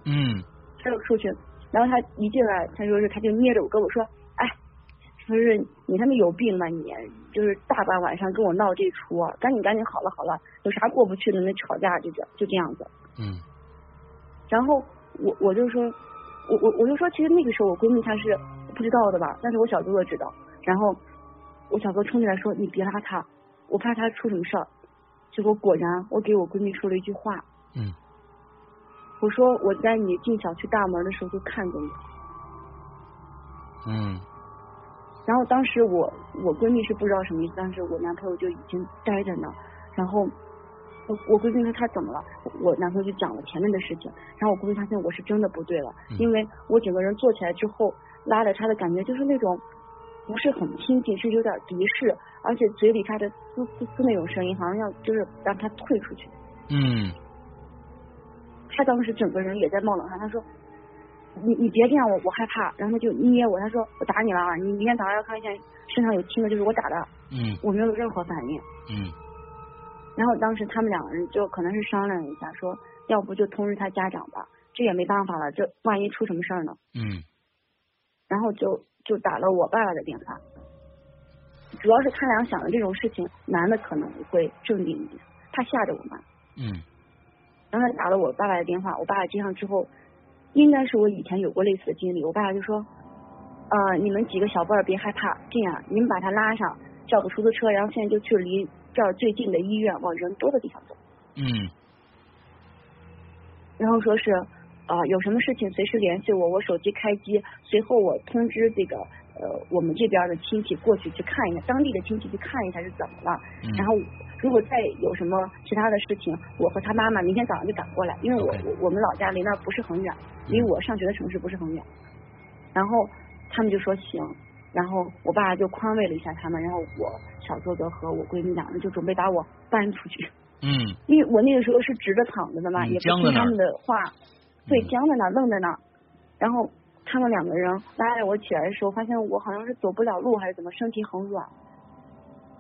Speaker 2: 嗯
Speaker 3: 他就出去，然后他一进来，他说是他就捏着我胳膊说，哎，说是你他妈有病吧你，就是大半晚上跟我闹这出，赶紧赶紧好了好了，有啥过不去的那吵架就这就这样子。
Speaker 2: 嗯
Speaker 3: 然后我我就说，我我我就说，其实那个时候我闺蜜她是不知道的吧，但是我小哥哥知道。然后我小哥冲进来说：“你别拉他，我怕他出什么事儿。”结果果然，我给我闺蜜说了一句话，
Speaker 2: 嗯，
Speaker 3: 我说我在你进小区大门的时候就看见你。
Speaker 2: 嗯
Speaker 3: 然后当时我我闺蜜是不知道什么意思，但是我男朋友就已经待在那儿，然后我我闺蜜说他怎么了，我男朋友就讲了前面的事情，然后我闺蜜发现我是真的不对了，
Speaker 2: 嗯
Speaker 3: 因为我整个人坐起来之后拉着她的感觉就是那种不是很亲近，是有点敌视，而且嘴里发着嘶嘶嘶那种声音，好像要就是让她退出去。
Speaker 2: 嗯
Speaker 3: 她当时整个人也在冒冷汗，她说。你你别这样，我我害怕。然后她就捏我，她说我打你了啊！你明天早上要看见身上有青的，就是我打的。
Speaker 2: 嗯
Speaker 3: 我没有任何反应。
Speaker 2: 嗯
Speaker 3: 然后当时他们两个人就可能是商量一下，说要不就通知他家长吧，这也没办法了，这万一出什么事儿呢？
Speaker 2: 嗯
Speaker 3: 然后就就打了我爸爸的电话。主要是他俩想的这种事情，男的可能会镇定一点，他吓着我妈。
Speaker 2: 嗯
Speaker 3: 然后他打了我爸爸的电话，我爸爸接上之后，应该是我以前有过类似的经历，我爸爸就说，呃，你们几个小辈儿别害怕，这样你们把他拉上，叫个出租车，然后现在就去离这儿最近的医院，往人多的地方走。
Speaker 2: 嗯
Speaker 3: 然后说是，呃，有什么事情随时联系我，我手机开机，随后我通知这个呃我们这边的亲戚过去去看一下，当地的亲戚去看一下是怎么了。
Speaker 2: 嗯，
Speaker 3: 然后如果再有什么其他的事情，我和他妈妈明天早上就赶过来，因为我
Speaker 2: OK 嗯
Speaker 3: 我我们老家离那儿不是很远，离我上学的城市不是很远。然后他们就说行，然后我爸就宽慰了一下他们，然后我小哥哥和我闺蜜两人就准备把我搬出去。
Speaker 2: 嗯
Speaker 3: 因为我那个时候是直着躺着的嘛，
Speaker 2: 嗯
Speaker 3: 也不
Speaker 2: 僵在
Speaker 3: 听
Speaker 2: 那儿
Speaker 3: 他们的话，对，
Speaker 2: 嗯
Speaker 3: 僵在那儿愣在那儿。然后他们两个人拉着我起来的时候，发现我好像是走不了路还是怎么，身体很软。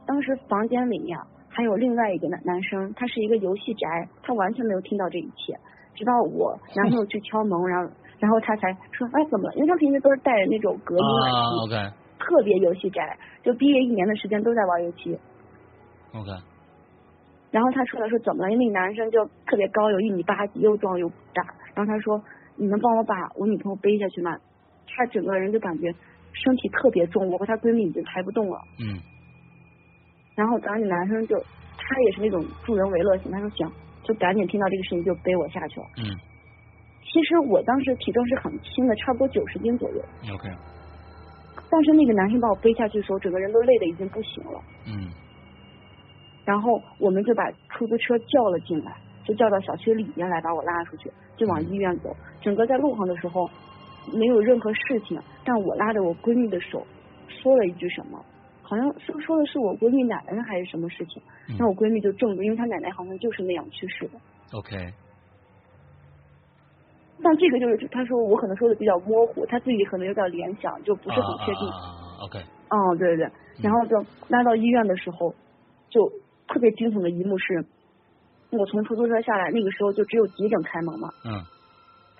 Speaker 3: 当时房间里面还有另外一个男男生，他是一个游戏宅，他完全没有听到这一切，直到 我男朋友去敲门，然后然后他才说哎怎么了？因为他平时都是戴着那种隔音耳
Speaker 2: 啊
Speaker 3: 机，
Speaker 2: ，OK
Speaker 3: 特别游戏宅，就毕业一年的时间都在玩游戏。
Speaker 2: OK，
Speaker 3: 然后他出来说怎么了？因为那个男生就特别高，有一米八几，又壮又大。然后他说：“你能帮我把我女朋友背下去吗？”他整个人就感觉身体特别重，我和她闺蜜已经抬不动了。
Speaker 2: 嗯
Speaker 3: 然后当时那男生就他也是那种助人为乐型，他说行，就赶紧听到这个事情就背我下去了。
Speaker 2: 嗯
Speaker 3: 其实我当时体重是很轻的，差不多九十斤左右，
Speaker 2: OK，
Speaker 3: 但是那个男生把我背下去的时候，整个人都累得已经不行了。
Speaker 2: 嗯
Speaker 3: 然后我们就把出租车叫了进来，就叫到小区里面来把我拉出去，就往医院走。整个在路上的时候没有任何事情，但我拉着我闺蜜的手说了一句什么，好像说说的是我闺蜜奶奶还是什么事情，
Speaker 2: 嗯
Speaker 3: 那我闺蜜就怔住，因为她奶奶好像就是那样去世的。
Speaker 2: OK，
Speaker 3: 但这个就是她说我可能说的比较模糊，她自己可能有点联想，就不是很确定。
Speaker 2: 啊啊啊啊，OK，
Speaker 3: 哦，对对对，然后就拉到医院的时候，就特别惊悚的一幕是，我从出租车下来，那个时候就只有急诊开门嘛，
Speaker 2: 嗯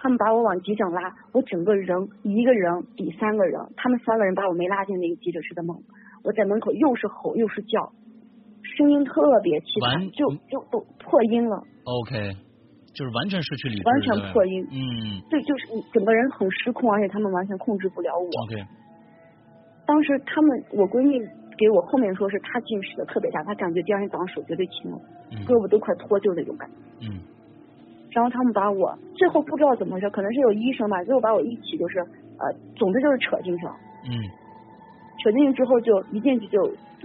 Speaker 3: 他们把我往急诊拉，我整个人一个人抵三个人，他们三个人把我没拉进那个急诊室的门，我在门口又是吼又是叫，声音特别凄
Speaker 2: 完
Speaker 3: 惨，就就都破音了，
Speaker 2: OK，就是完全失去理智，
Speaker 3: 完全
Speaker 2: 对吧
Speaker 3: 破音
Speaker 2: 嗯
Speaker 3: 对，就是你整个人很失控，而且他们完全控制不了我。
Speaker 2: ，OK，
Speaker 3: 当时他们，我闺蜜给我后面说是她近视的特别大，她感觉第二天早上手绝对青了，
Speaker 2: 嗯
Speaker 3: 胳膊都快脱臼那种感觉。
Speaker 2: 嗯
Speaker 3: 然后他们把我最后不知道怎么回事，可能是有医生吧，最后把我一起就是呃，总之就是扯进去了。
Speaker 2: 嗯
Speaker 3: 扯进去之后就一进去就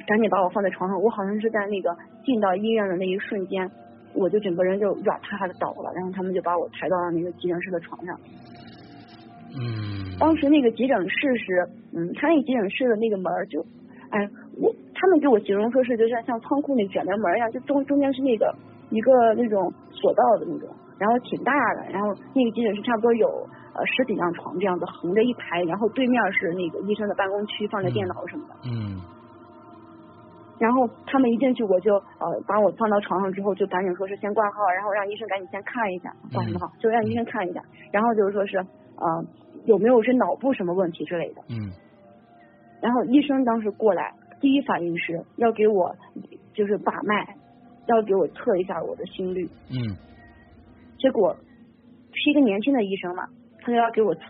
Speaker 3: 赶紧把我放在床上，我好像是在那个进到医院的那一瞬间，我就整个人就软塌塌的倒了，然后他们就把我抬到了那个急诊室的床上。
Speaker 2: 嗯嗯，
Speaker 3: 当时那个急诊室是，嗯，他那个急诊室的那个门儿就，哎，我他们给我形容说是就像像仓库那卷帘门儿一样，就中中间是那个一个那种索道的那种，然后挺大的，然后那个急诊室差不多有呃十几张床这样子横着一排，然后对面是那个医生的办公区，放着电脑什么的。
Speaker 2: 嗯
Speaker 3: 然后他们一进去，我就呃把我放到床上之后，就赶紧说是先挂号，然后让医生赶紧先看一下挂什么号，就让医生看一下，然后就是说是呃有没有是脑部什么问题之类的。
Speaker 2: 嗯
Speaker 3: 然后医生当时过来，第一反应是要给我就是把脉，要给我测一下我的心率。
Speaker 2: 嗯
Speaker 3: 结果是一个年轻的医生嘛，他就要给我测，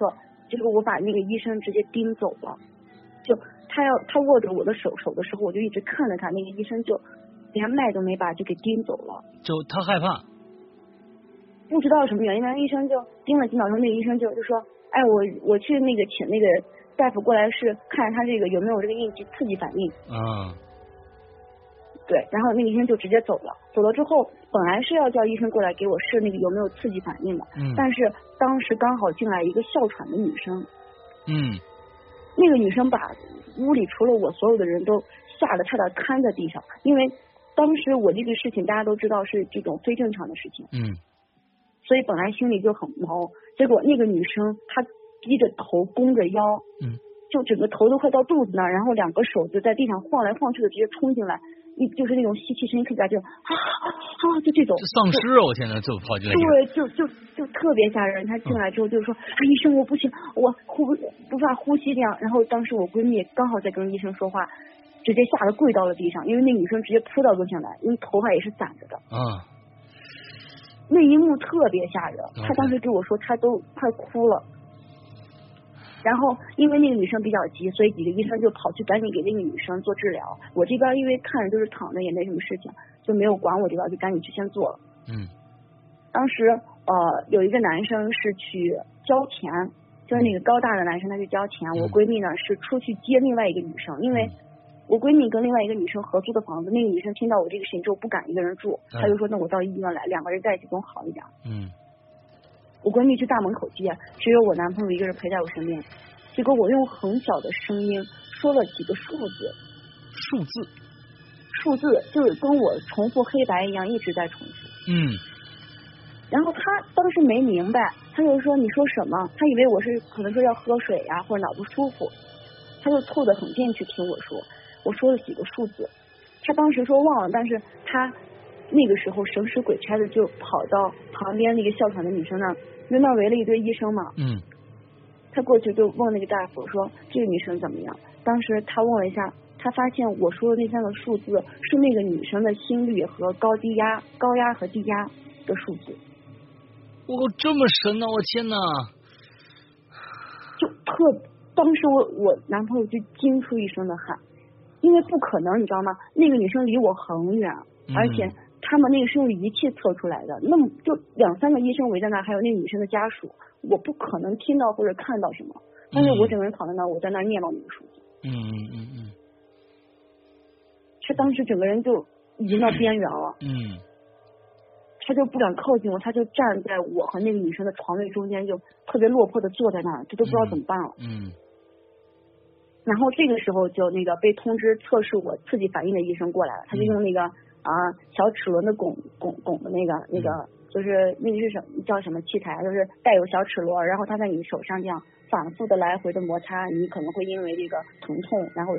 Speaker 3: 结果我把那个医生直接盯走了，就他要他握着我的手手的时候，我就一直看着他，那个医生就连脉都没把就给盯走了，
Speaker 2: 就他害怕，
Speaker 3: 不知道什么原因，那医生就盯了几秒钟，那个医生就就说，哎，我我去那个请那个大夫过来是看他这个有没有这个应激刺激反应，
Speaker 2: 啊，
Speaker 3: 对，然后那个医生就直接走了，走了之后本来是要叫医生过来给我试那个有没有刺激反应的，
Speaker 2: 嗯
Speaker 3: 但是当时刚好进来一个哮喘的女生。
Speaker 2: 嗯
Speaker 3: 那个女生把屋里除了我所有的人都吓得差点瘫在地上，因为当时我这个事情大家都知道是这种非正常的事情，
Speaker 2: 嗯
Speaker 3: 所以本来心里就很毛，结果那个女生她低着头弓着腰，
Speaker 2: 嗯，
Speaker 3: 就整个头都快到肚子那儿，然后两个手就在地上晃来晃去的，直接冲进来，一就是那种吸气声音特别大，就啊啊啊，就这种
Speaker 2: 这，丧尸啊我现在就跑进来一个，
Speaker 3: 对，就就就特别吓人。他进来之后就说：“啊，医生，我不行，我呼不怕呼吸这样。”然后当时我闺蜜刚好在跟医生说话，直接吓得跪到了地上，因为那女生直接扑到跟前来，因为头发也是散着的。
Speaker 2: 啊，
Speaker 3: 那一幕特别吓人，她
Speaker 2: OK
Speaker 3: 当时给我说，她都快哭了。然后，因为那个女生比较急，所以几个医生就跑去赶紧给那个女生做治疗。我这边因为看着就是躺着，也没什么事情，就没有管我这边，就赶紧去先做了。
Speaker 2: 嗯
Speaker 3: 当时呃有一个男生是去交钱，就是那个高大的男生，他去交钱。
Speaker 2: 嗯
Speaker 3: 我闺蜜呢是出去接另外一个女生，因为
Speaker 2: 嗯
Speaker 3: 我闺蜜跟另外一个女生合租的房子，那个女生听到我这个事情之后不敢一个人住，
Speaker 2: 嗯
Speaker 3: 她就说那我到医院来，两个人在一起总好一点。
Speaker 2: 嗯
Speaker 3: 我闺蜜去大门口接，只有我男朋友一个人陪在我身边。结果我用很小的声音说了几个数字，
Speaker 2: 数字，
Speaker 3: 数字就是跟我重复黑白一样，一直在重复。
Speaker 2: 嗯
Speaker 3: 然后他当时没明白，他就说你说什么？他以为我是可能说要喝水呀、或者脑不舒服，他就凑得很近去听我说，我说了几个数字，他当时说忘了，但是他那个时候神使鬼差的就跑到旁边那个哮喘的女生那儿，因为那儿围了一堆医生嘛，
Speaker 2: 嗯
Speaker 3: 他过去就问那个大夫说这个女生怎么样？当时他问了一下，他发现我说的那三个数字是那个女生的心率和高低压、高压和低压的数字。
Speaker 2: 我这么神呢、我天哪！
Speaker 3: 就特，当时我我男朋友就惊出一身的汗，因为不可能，你知道吗？那个女生离我很远，
Speaker 2: 嗯
Speaker 3: 而且他们那个是用仪器测出来的，那么就两三个医生围在那儿，还有那个女生的家属，我不可能听到或者看到什么，但是我整个人躺在那儿，我在那儿念叨那个数字，
Speaker 2: 嗯嗯
Speaker 3: 他当时整个人就已经到边缘了，
Speaker 2: 嗯嗯
Speaker 3: 他就不敢靠近我，他就站在我和那个女生的床位中间，就特别落魄的坐在那儿，他都不知道怎么办了。
Speaker 2: 嗯
Speaker 3: 然后这个时候就那个被通知测试我刺激反应的医生过来了，他就用那个啊小齿轮的拱拱拱的那个那个就是那个是什么叫什么器材，啊就是带有小齿轮，然后它在你手上这样反复的来回的摩擦，你可能会因为这个疼痛，然后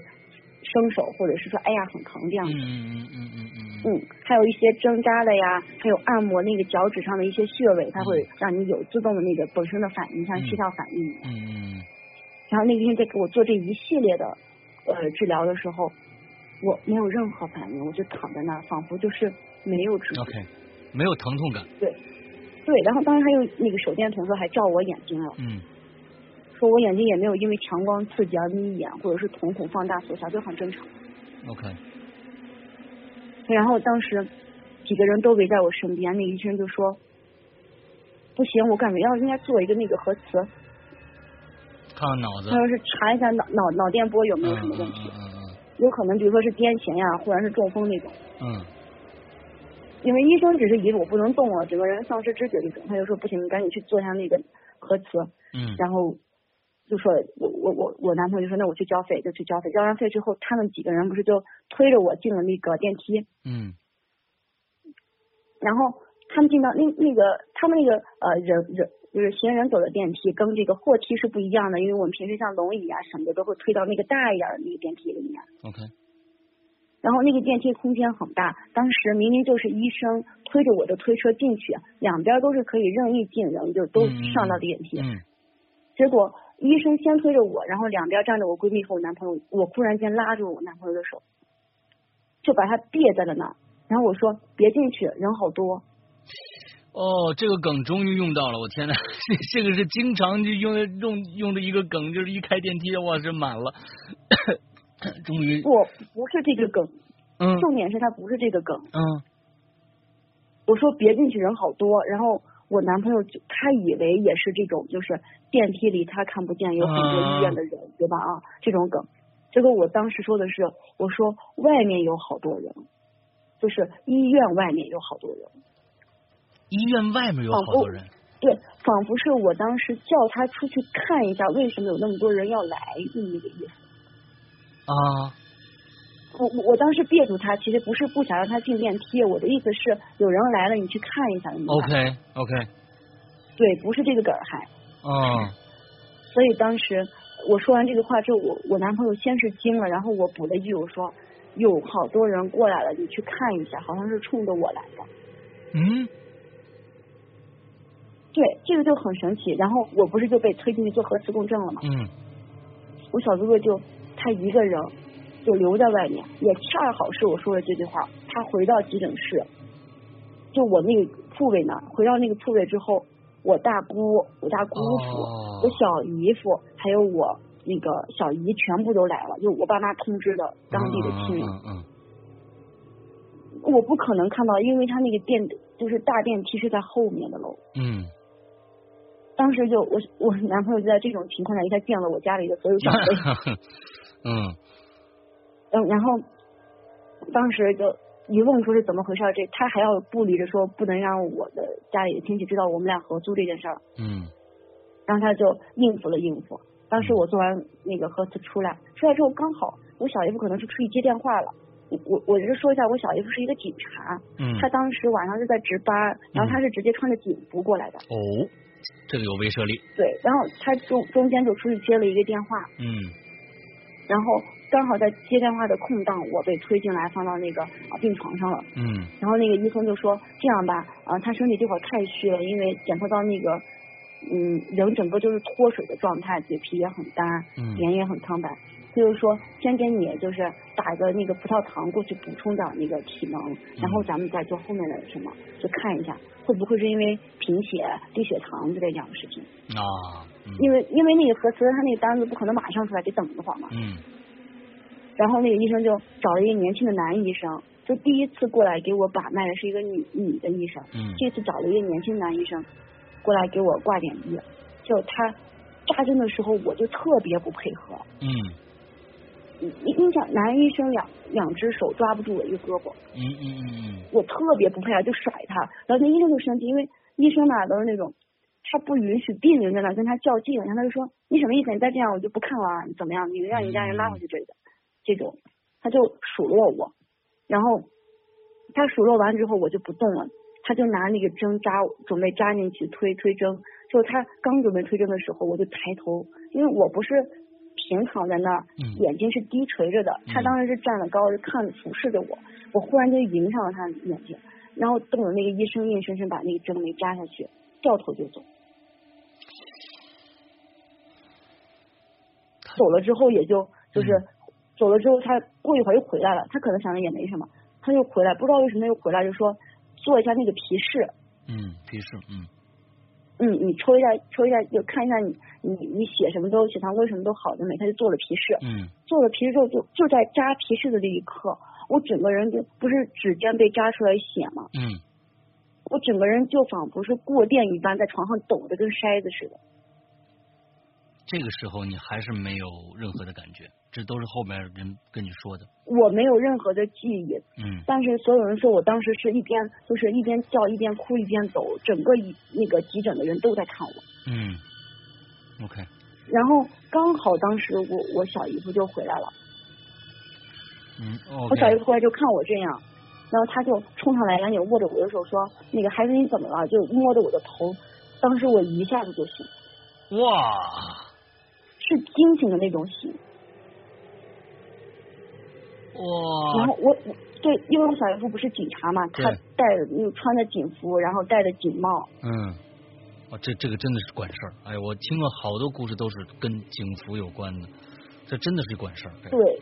Speaker 3: 生手或者是说哎呀很疼这样
Speaker 2: 嗯。嗯嗯嗯嗯
Speaker 3: 嗯，还有一些针扎的呀，还有按摩那个脚趾上的一些穴位，它会让你有自动的那个本身的反应，像
Speaker 2: 嗯
Speaker 3: 心跳反应一样。
Speaker 2: 嗯
Speaker 3: 然后那个医生在给我做这一系列的呃治疗的时候，我没有任何反应，我就躺在那儿，仿佛就是没有知觉。
Speaker 2: ，OK，没有疼痛感，
Speaker 3: 对，然后当时他用那个手电筒说还照我眼睛了，
Speaker 2: 嗯
Speaker 3: 说我眼睛也没有因为强光刺激而眯眼，或者是瞳孔放大缩小，就很正常。
Speaker 2: ，OK，
Speaker 3: 然后当时几个人都围在我身边，那医生就说：“不行，我感觉要应该做一个那个核磁，
Speaker 2: 看看脑子嗯
Speaker 3: 他，说是查一下脑脑脑电波有呃没有什么问题，有可能比如说是癫痫呀，或者是中风那种。”
Speaker 2: 嗯
Speaker 3: 因为医生只是以为我不能动了，整个人丧失知觉那种，他就说不行，你赶紧去做一下那个核磁。
Speaker 2: 嗯
Speaker 3: 然后就说我我我我男朋友就说那我去交费，就去交费，交完费之后，他们几个人不是就推着我进了那个电梯，
Speaker 2: 嗯
Speaker 3: 然后他们进到那那个他们那个呃人人就是行人走的电梯跟这个货梯是不一样的，因为我们平时像轮椅啊什么的都会推到那个大一点的那个电梯里面。
Speaker 2: ，OK，嗯
Speaker 3: 然后那个电梯空间很大，当时明明就是医生推着我的推车进去，两边都是可以任意进人，就都
Speaker 2: 嗯
Speaker 3: 上到电梯。
Speaker 2: 嗯
Speaker 3: 结果医生先推着我，然后两边站着我闺蜜和我男朋友，我忽然间拉住我男朋友的手，就把他别在了那儿。然后我说别进去，人好多。
Speaker 2: 哦，这个梗终于用到了，我天呐，这这个是经常就用用用的一个梗，就是一开电梯，哇，是满了，终于，
Speaker 3: 不，不是这个梗，
Speaker 2: 嗯
Speaker 3: 重点是他不是这个梗。
Speaker 2: 嗯
Speaker 3: 我说别进去，人好多。然后我男朋友就他以为也是这种，就是电梯里他看不见有很多医院的人，对吧？啊，这种梗。结果我当时说的是，我说外面有好多人，就是医院外面有好多人。
Speaker 2: 医院外面有好多人，
Speaker 3: 对，仿佛是我当时叫他出去看一下，为什么有那么多人要来，就那个意思。
Speaker 2: 啊，
Speaker 3: 我我我当时别住他，其实不是不想让他进电梯，我的意思是有人来了，你去看一下。你明白吗
Speaker 2: OK OK，
Speaker 3: 对，不是这个梗儿还。
Speaker 2: 嗯
Speaker 3: 所以当时我说完这个话之后，我我男朋友先是惊了，然后我补了一句，我说有好多人过来了，你去看一下，好像是冲着我来的。
Speaker 2: 嗯
Speaker 3: 对，这个就很神奇。然后我不是就被推进去做核磁共振了吗？
Speaker 2: 嗯，
Speaker 3: 我小哥哥就他一个人就留在外面，也恰好是我说的这句话，他回到急诊室，就我那个铺位那儿，回到那个铺位之后，我大姑、我大姑父、
Speaker 2: 哦
Speaker 3: 我小姨夫还有我那个小姨全部都来了，就我爸妈通知的当地的亲人，
Speaker 2: 嗯嗯
Speaker 3: 我不可能看到，因为他那个电就是大电梯是在后面的楼。
Speaker 2: 嗯，
Speaker 3: 当时就我我男朋友就在这种情况下，应该见了我家里的所有长辈，
Speaker 2: 嗯
Speaker 3: 嗯，然后当时就一问说是怎么回事儿，这他还要不离着说不能让我的家里的亲戚知道我们俩合租这件事儿，
Speaker 2: 嗯
Speaker 3: 然后他就应付了应付。当时我做完那个核磁出来，出来之后刚好我小姨夫可能是出去接电话了，我我我就说一下，我小姨夫是一个警察，
Speaker 2: 嗯，
Speaker 3: 他当时晚上是在值班，然后他是直接穿着警服过来的，
Speaker 2: 哦，这个有威慑力，
Speaker 3: 对，然后他中中间就出去接了一个电话，
Speaker 2: 嗯
Speaker 3: 然后刚好在接电话的空档，我被推进来放到那个啊病床上了。
Speaker 2: 嗯
Speaker 3: 然后那个医生就说这样吧，啊、他身体这会儿太虚了，因为检测到那个，嗯，人整个就是脱水的状态，嘴皮也很干，
Speaker 2: 嗯
Speaker 3: 脸也很苍白。他就说先给你就是打个那个葡萄糖过去补充点儿那个体能，然后咱们再做后面的什么，就看一下会不会是因为贫血、低血糖之类这样的事情。
Speaker 2: 啊，嗯
Speaker 3: 因为因为那个核磁他那个单子不可能马上出来，得等一会儿嘛。
Speaker 2: 嗯
Speaker 3: 然后那个医生就找了一个年轻的男医生，就第一次过来给我把脉的是一个女女的医生。
Speaker 2: 嗯
Speaker 3: 这次找了一个年轻男医生过来给我挂点滴，就他扎针的时候我就特别不配合，
Speaker 2: 嗯
Speaker 3: 你你你想男医生两两只手抓不住我一个胳膊，
Speaker 2: 嗯嗯嗯
Speaker 3: 我特别不配啊合就甩他，然后那医生就生气，因为医生嘛都是那种。他不允许病人在那跟他较劲，然后他就说你什么意思？你再这样我就不看了啊，你怎么样？你让你家人拉回去之类的，这种他就数落我，然后他数落完之后我就不动了，他就拿那个针扎我，准备扎进去推推针。就他刚准备推针的时候，我就抬头，因为我不是平躺在那儿，
Speaker 2: 嗯
Speaker 3: 眼睛是低垂着的。他
Speaker 2: 嗯
Speaker 3: 当时是站得高，就看俯视着我。我忽然就迎上了他的眼睛，然后瞪着那个医生，硬生生把那个针没扎下去，掉头就走。走了之后也就就是、
Speaker 2: 嗯
Speaker 3: 走了之后，他过一会儿又回来了，他可能想的也没什么，他又回来，不知道为什么又回来，就说做一下那个皮试，
Speaker 2: 嗯，提示嗯
Speaker 3: 嗯，你抽一下，抽一下，就看一下你你你血什么都血糖为什么都好的没？他就做了皮试，
Speaker 2: 嗯
Speaker 3: 做了皮试之后就就在扎皮试的那一刻，我整个人就不是指尖被扎出来血嘛，
Speaker 2: 嗯
Speaker 3: 我整个人就仿佛是过电一般，在床上抖的跟筛子似的。
Speaker 2: 这个时候你还是没有任何的感觉，这都是后面人跟你说的。
Speaker 3: 我没有任何的记忆，
Speaker 2: 嗯
Speaker 3: 但是所有人说我当时是一边就是一边叫一边哭一边走，整个一那个急诊的人都在看我。
Speaker 2: 嗯，OK，
Speaker 3: 然后刚好当时我我小姨夫就回来了，
Speaker 2: 嗯，
Speaker 3: 我
Speaker 2: OK
Speaker 3: 小姨夫回来就看我这样，然后他就冲上来，赶紧握着我的手说：“那个孩子你怎么了？”就摸着我的头，当时我一下子就醒，
Speaker 2: 哇
Speaker 3: 是惊醒的那种醒。然
Speaker 2: 哇
Speaker 3: 后我我对，因为我小姨夫不是警察嘛，他
Speaker 2: 啊对
Speaker 3: 戴着那个穿着警服，然后戴着警帽，
Speaker 2: 嗯，哦，这这个真的是管事儿。哎，我听了好多故事都是跟警服有关的，这真的是管事儿。这个
Speaker 3: 对，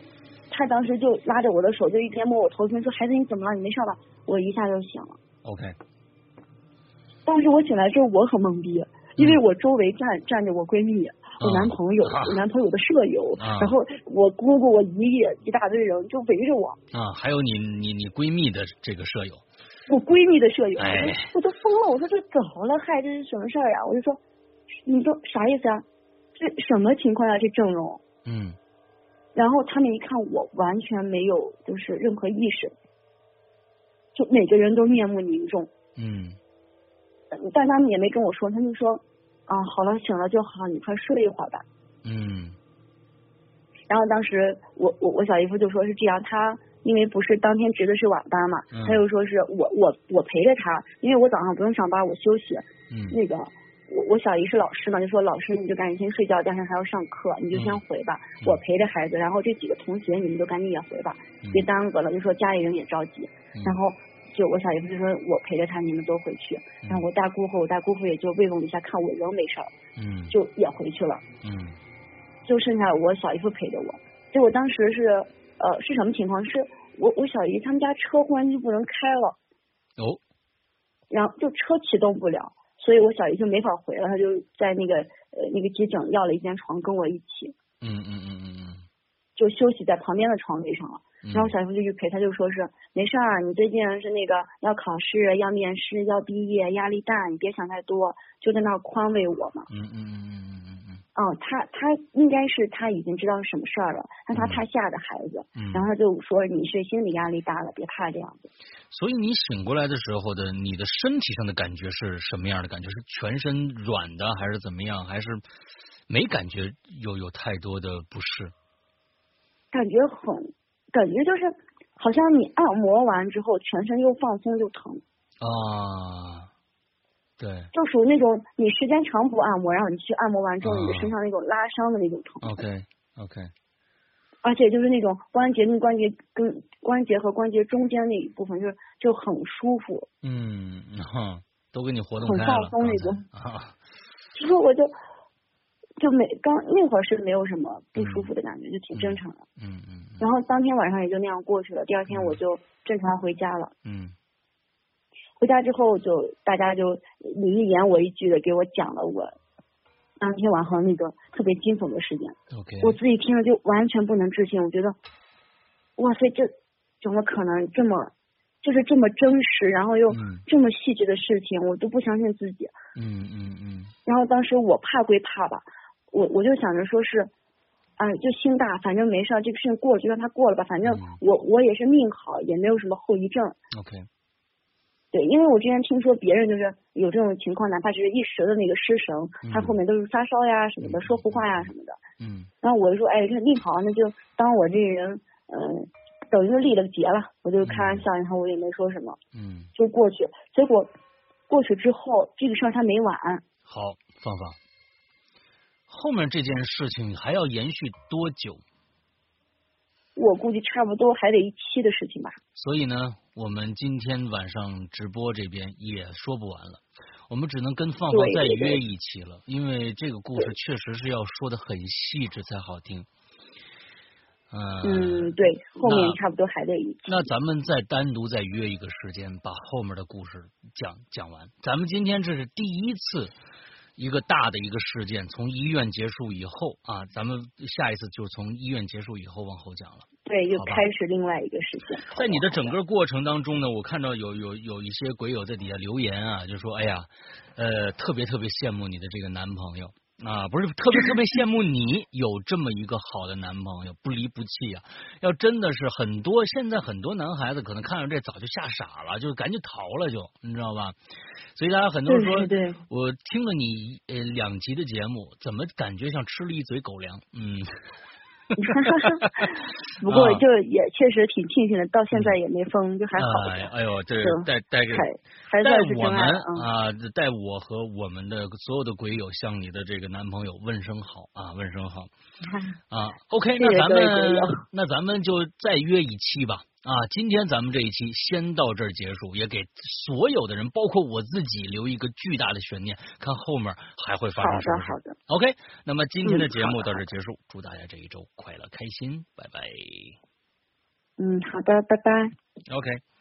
Speaker 3: 他当时就拉着我的手，就一边摸我头，就说：“孩子，你怎么了？你没事吧？”我一下就醒了。
Speaker 2: OK，
Speaker 3: 当时我醒来之后，我很懵逼，因为我周围站站着我闺蜜、我男朋 友、
Speaker 2: 嗯啊
Speaker 3: 我男朋友的舍友，
Speaker 2: 啊
Speaker 3: 然后我姑姑、我姨爷一大堆人就围着我，
Speaker 2: 啊，还有你你你闺蜜的这个舍友，
Speaker 3: 我闺蜜的舍友，
Speaker 2: 哎
Speaker 3: 我都疯了，我说这怎么了？嗨，这是什么事儿啊？我就说，你说啥意思啊？这什么情况啊？这整容？
Speaker 2: 嗯
Speaker 3: 然后他们一看我完全没有就是任何意识，就每个人都面目凝重，
Speaker 2: 嗯
Speaker 3: 呃但他们也没跟我说，他们就说啊好了醒了就好，你快睡一会儿吧。
Speaker 2: 嗯
Speaker 3: 然后当时我我我小姨夫就说是这样，他因为不是当天值的是晚班嘛，
Speaker 2: 嗯
Speaker 3: 他就说是我我我陪着他，因为我早上不用上班，我休息。
Speaker 2: 嗯
Speaker 3: 那个我我小姨是老师嘛，就说老师你就赶紧先睡觉，第二天还要上课，你就先回吧，
Speaker 2: 嗯
Speaker 3: 我陪着孩子，然后这几个同学你们都赶紧也回吧，
Speaker 2: 嗯
Speaker 3: 别耽搁了，就说家里人也着急，
Speaker 2: 嗯
Speaker 3: 然后。就我小姨夫就说，我陪着他，你们都回去。
Speaker 2: 嗯
Speaker 3: 然后我大姑和我大姑父也就慰问了一下，看我人没事儿，
Speaker 2: 嗯
Speaker 3: 就也回去了。
Speaker 2: 嗯
Speaker 3: 就剩下我小姨夫陪着我。结果当时是呃是什么情况？是我我小姨他们家车忽然就不能开了，
Speaker 2: 哦
Speaker 3: 然后就车启动不了，所以我小姨就没法回了，她就在那个呃那个急诊要了一间床跟我一起，
Speaker 2: 嗯嗯嗯嗯嗯
Speaker 3: 就休息在旁边的床位上了。
Speaker 2: 嗯，
Speaker 3: 然后小姨夫就去陪，他就说是没事儿，你最近是那个要考试、要面试、要毕业，压力大，你别想太多，就在那儿宽慰我嘛。
Speaker 2: 嗯嗯嗯嗯嗯嗯
Speaker 3: 哦，他他应该是他已经知道是什么事儿了，但他
Speaker 2: 嗯
Speaker 3: 怕吓着孩子，
Speaker 2: 嗯，
Speaker 3: 然后他就说你是心理压力大了，别怕这样子。
Speaker 2: 所以你醒过来的时候的你的身体上的感觉是什么样的感觉？是全身软的还是怎么样？还是没感觉又有太多的不适？
Speaker 3: 感觉很，感觉就是好像你按摩完之后全身又放松又疼，
Speaker 2: 啊，对
Speaker 3: 就属于那种你时间长不按摩，然后你去按摩完之后，你的
Speaker 2: 啊
Speaker 3: 身上那种拉伤的那种疼，
Speaker 2: ，OK OK，
Speaker 3: 而且就是那种关节跟关节跟关节和关节中间那一部分就是就很舒服。
Speaker 2: 嗯，哼，都给你活动
Speaker 3: 很
Speaker 2: 开
Speaker 3: 放
Speaker 2: 了，
Speaker 3: 松
Speaker 2: 刚
Speaker 3: 那
Speaker 2: 才
Speaker 3: 种
Speaker 2: 啊，
Speaker 3: 其实我就就没刚那会儿是没有什么不舒服的感觉，就挺正常的。
Speaker 2: 嗯嗯嗯
Speaker 3: 然后当天晚上也就那样过去了，第二天
Speaker 2: 嗯
Speaker 3: 我就正常回家了。
Speaker 2: 嗯
Speaker 3: 回家之后就大家就你一言我一句的给我讲了我当天晚上那个特别惊悚的事件，
Speaker 2: ，OK，
Speaker 3: 我自己听了就完全不能置信，我觉得哇塞，这怎么可能这么就是这么真实，然后又
Speaker 2: 嗯
Speaker 3: 这么细致的事情，我都不相信自己。
Speaker 2: 嗯嗯嗯
Speaker 3: 然后当时我怕归怕吧，我我就想着说是。哎，就心大，反正没事儿，这个事情过了就让它过了吧。反正
Speaker 2: 嗯
Speaker 3: 我我也是命好，也没有什么后遗症。
Speaker 2: ，OK，
Speaker 3: 对，因为我之前听说别人就是有这种情况，哪怕只是一时的那个失神，他后
Speaker 2: 嗯
Speaker 3: 面都是发烧呀什么的，
Speaker 2: 嗯
Speaker 3: 说胡话呀什么的。
Speaker 2: 嗯
Speaker 3: 然后我就说，哎，这命好，那就当我这人，嗯、等于是立了个节了。我就开玩笑，然后我也没说什么，
Speaker 2: 嗯，
Speaker 3: 就过去。结果过去之后，这个事儿他没完，
Speaker 2: 好，芳芳，后面这件事情还要延续多久？
Speaker 3: 我估计差不多还得一期的事情吧。
Speaker 2: 所以呢，我们今天晚上直播这边也说不完了，我们只能跟放放
Speaker 3: 对
Speaker 2: 再
Speaker 3: 对对
Speaker 2: 约一期了，因为这个故事确实是要说的很细致才好听。呃、
Speaker 3: 嗯，对，后面
Speaker 2: 那
Speaker 3: 差不多还得一期。
Speaker 2: 那咱们再单独再约一个时间，把后面的故事讲讲完。咱们今天这是第一次一个大的一个事件，从医院结束以后啊，咱们下一次就从医院结束以后往后讲了。
Speaker 3: 对，就
Speaker 2: 好吧
Speaker 3: 开始另外一个事情。
Speaker 2: 在你的整个过程当中呢，我看到有有有一些鬼友在底下留言啊，就说哎呀，呃，特别特别羡慕你的这个男朋友啊，不是特别特别羡慕你有这么一个好的男朋友，不离不弃啊！要真的是很多现在很多男孩子可能看到这早就吓傻了，就赶紧逃了就，你知道吧？所以大家很多人说，
Speaker 3: 对对对
Speaker 2: 我听了你呃两集的节目，怎么感觉像吃了一嘴狗粮？嗯，
Speaker 3: 不过
Speaker 2: 啊嗯
Speaker 3: 就也确实挺庆幸的，到现在也没封，就还好
Speaker 2: 哎
Speaker 3: 着，
Speaker 2: 哎呦，这
Speaker 3: 行
Speaker 2: 带带给
Speaker 3: 还还
Speaker 2: 带
Speaker 3: 算是真
Speaker 2: 我们
Speaker 3: 爱了嗯。
Speaker 2: 啊，带我和我们的所有的鬼友向你的这个男朋友问声好啊，问声好啊。OK，
Speaker 3: 谢谢
Speaker 2: 那咱
Speaker 3: 各位鬼
Speaker 2: 们
Speaker 3: 友
Speaker 2: 那咱们就再约一期吧啊。今天咱们这一期先到这儿结束，也给所有的人，包括我自己留一个巨大的悬念，看后面还会发生
Speaker 3: 好
Speaker 2: 什
Speaker 3: 的
Speaker 2: 么事
Speaker 3: 好。的，
Speaker 2: OK，那么今天的
Speaker 3: 嗯
Speaker 2: 节
Speaker 3: 好
Speaker 2: 目到
Speaker 3: 的好
Speaker 2: 这儿结束，祝大家这一周快乐开心，拜拜。
Speaker 3: 嗯好的，拜拜。
Speaker 2: OK。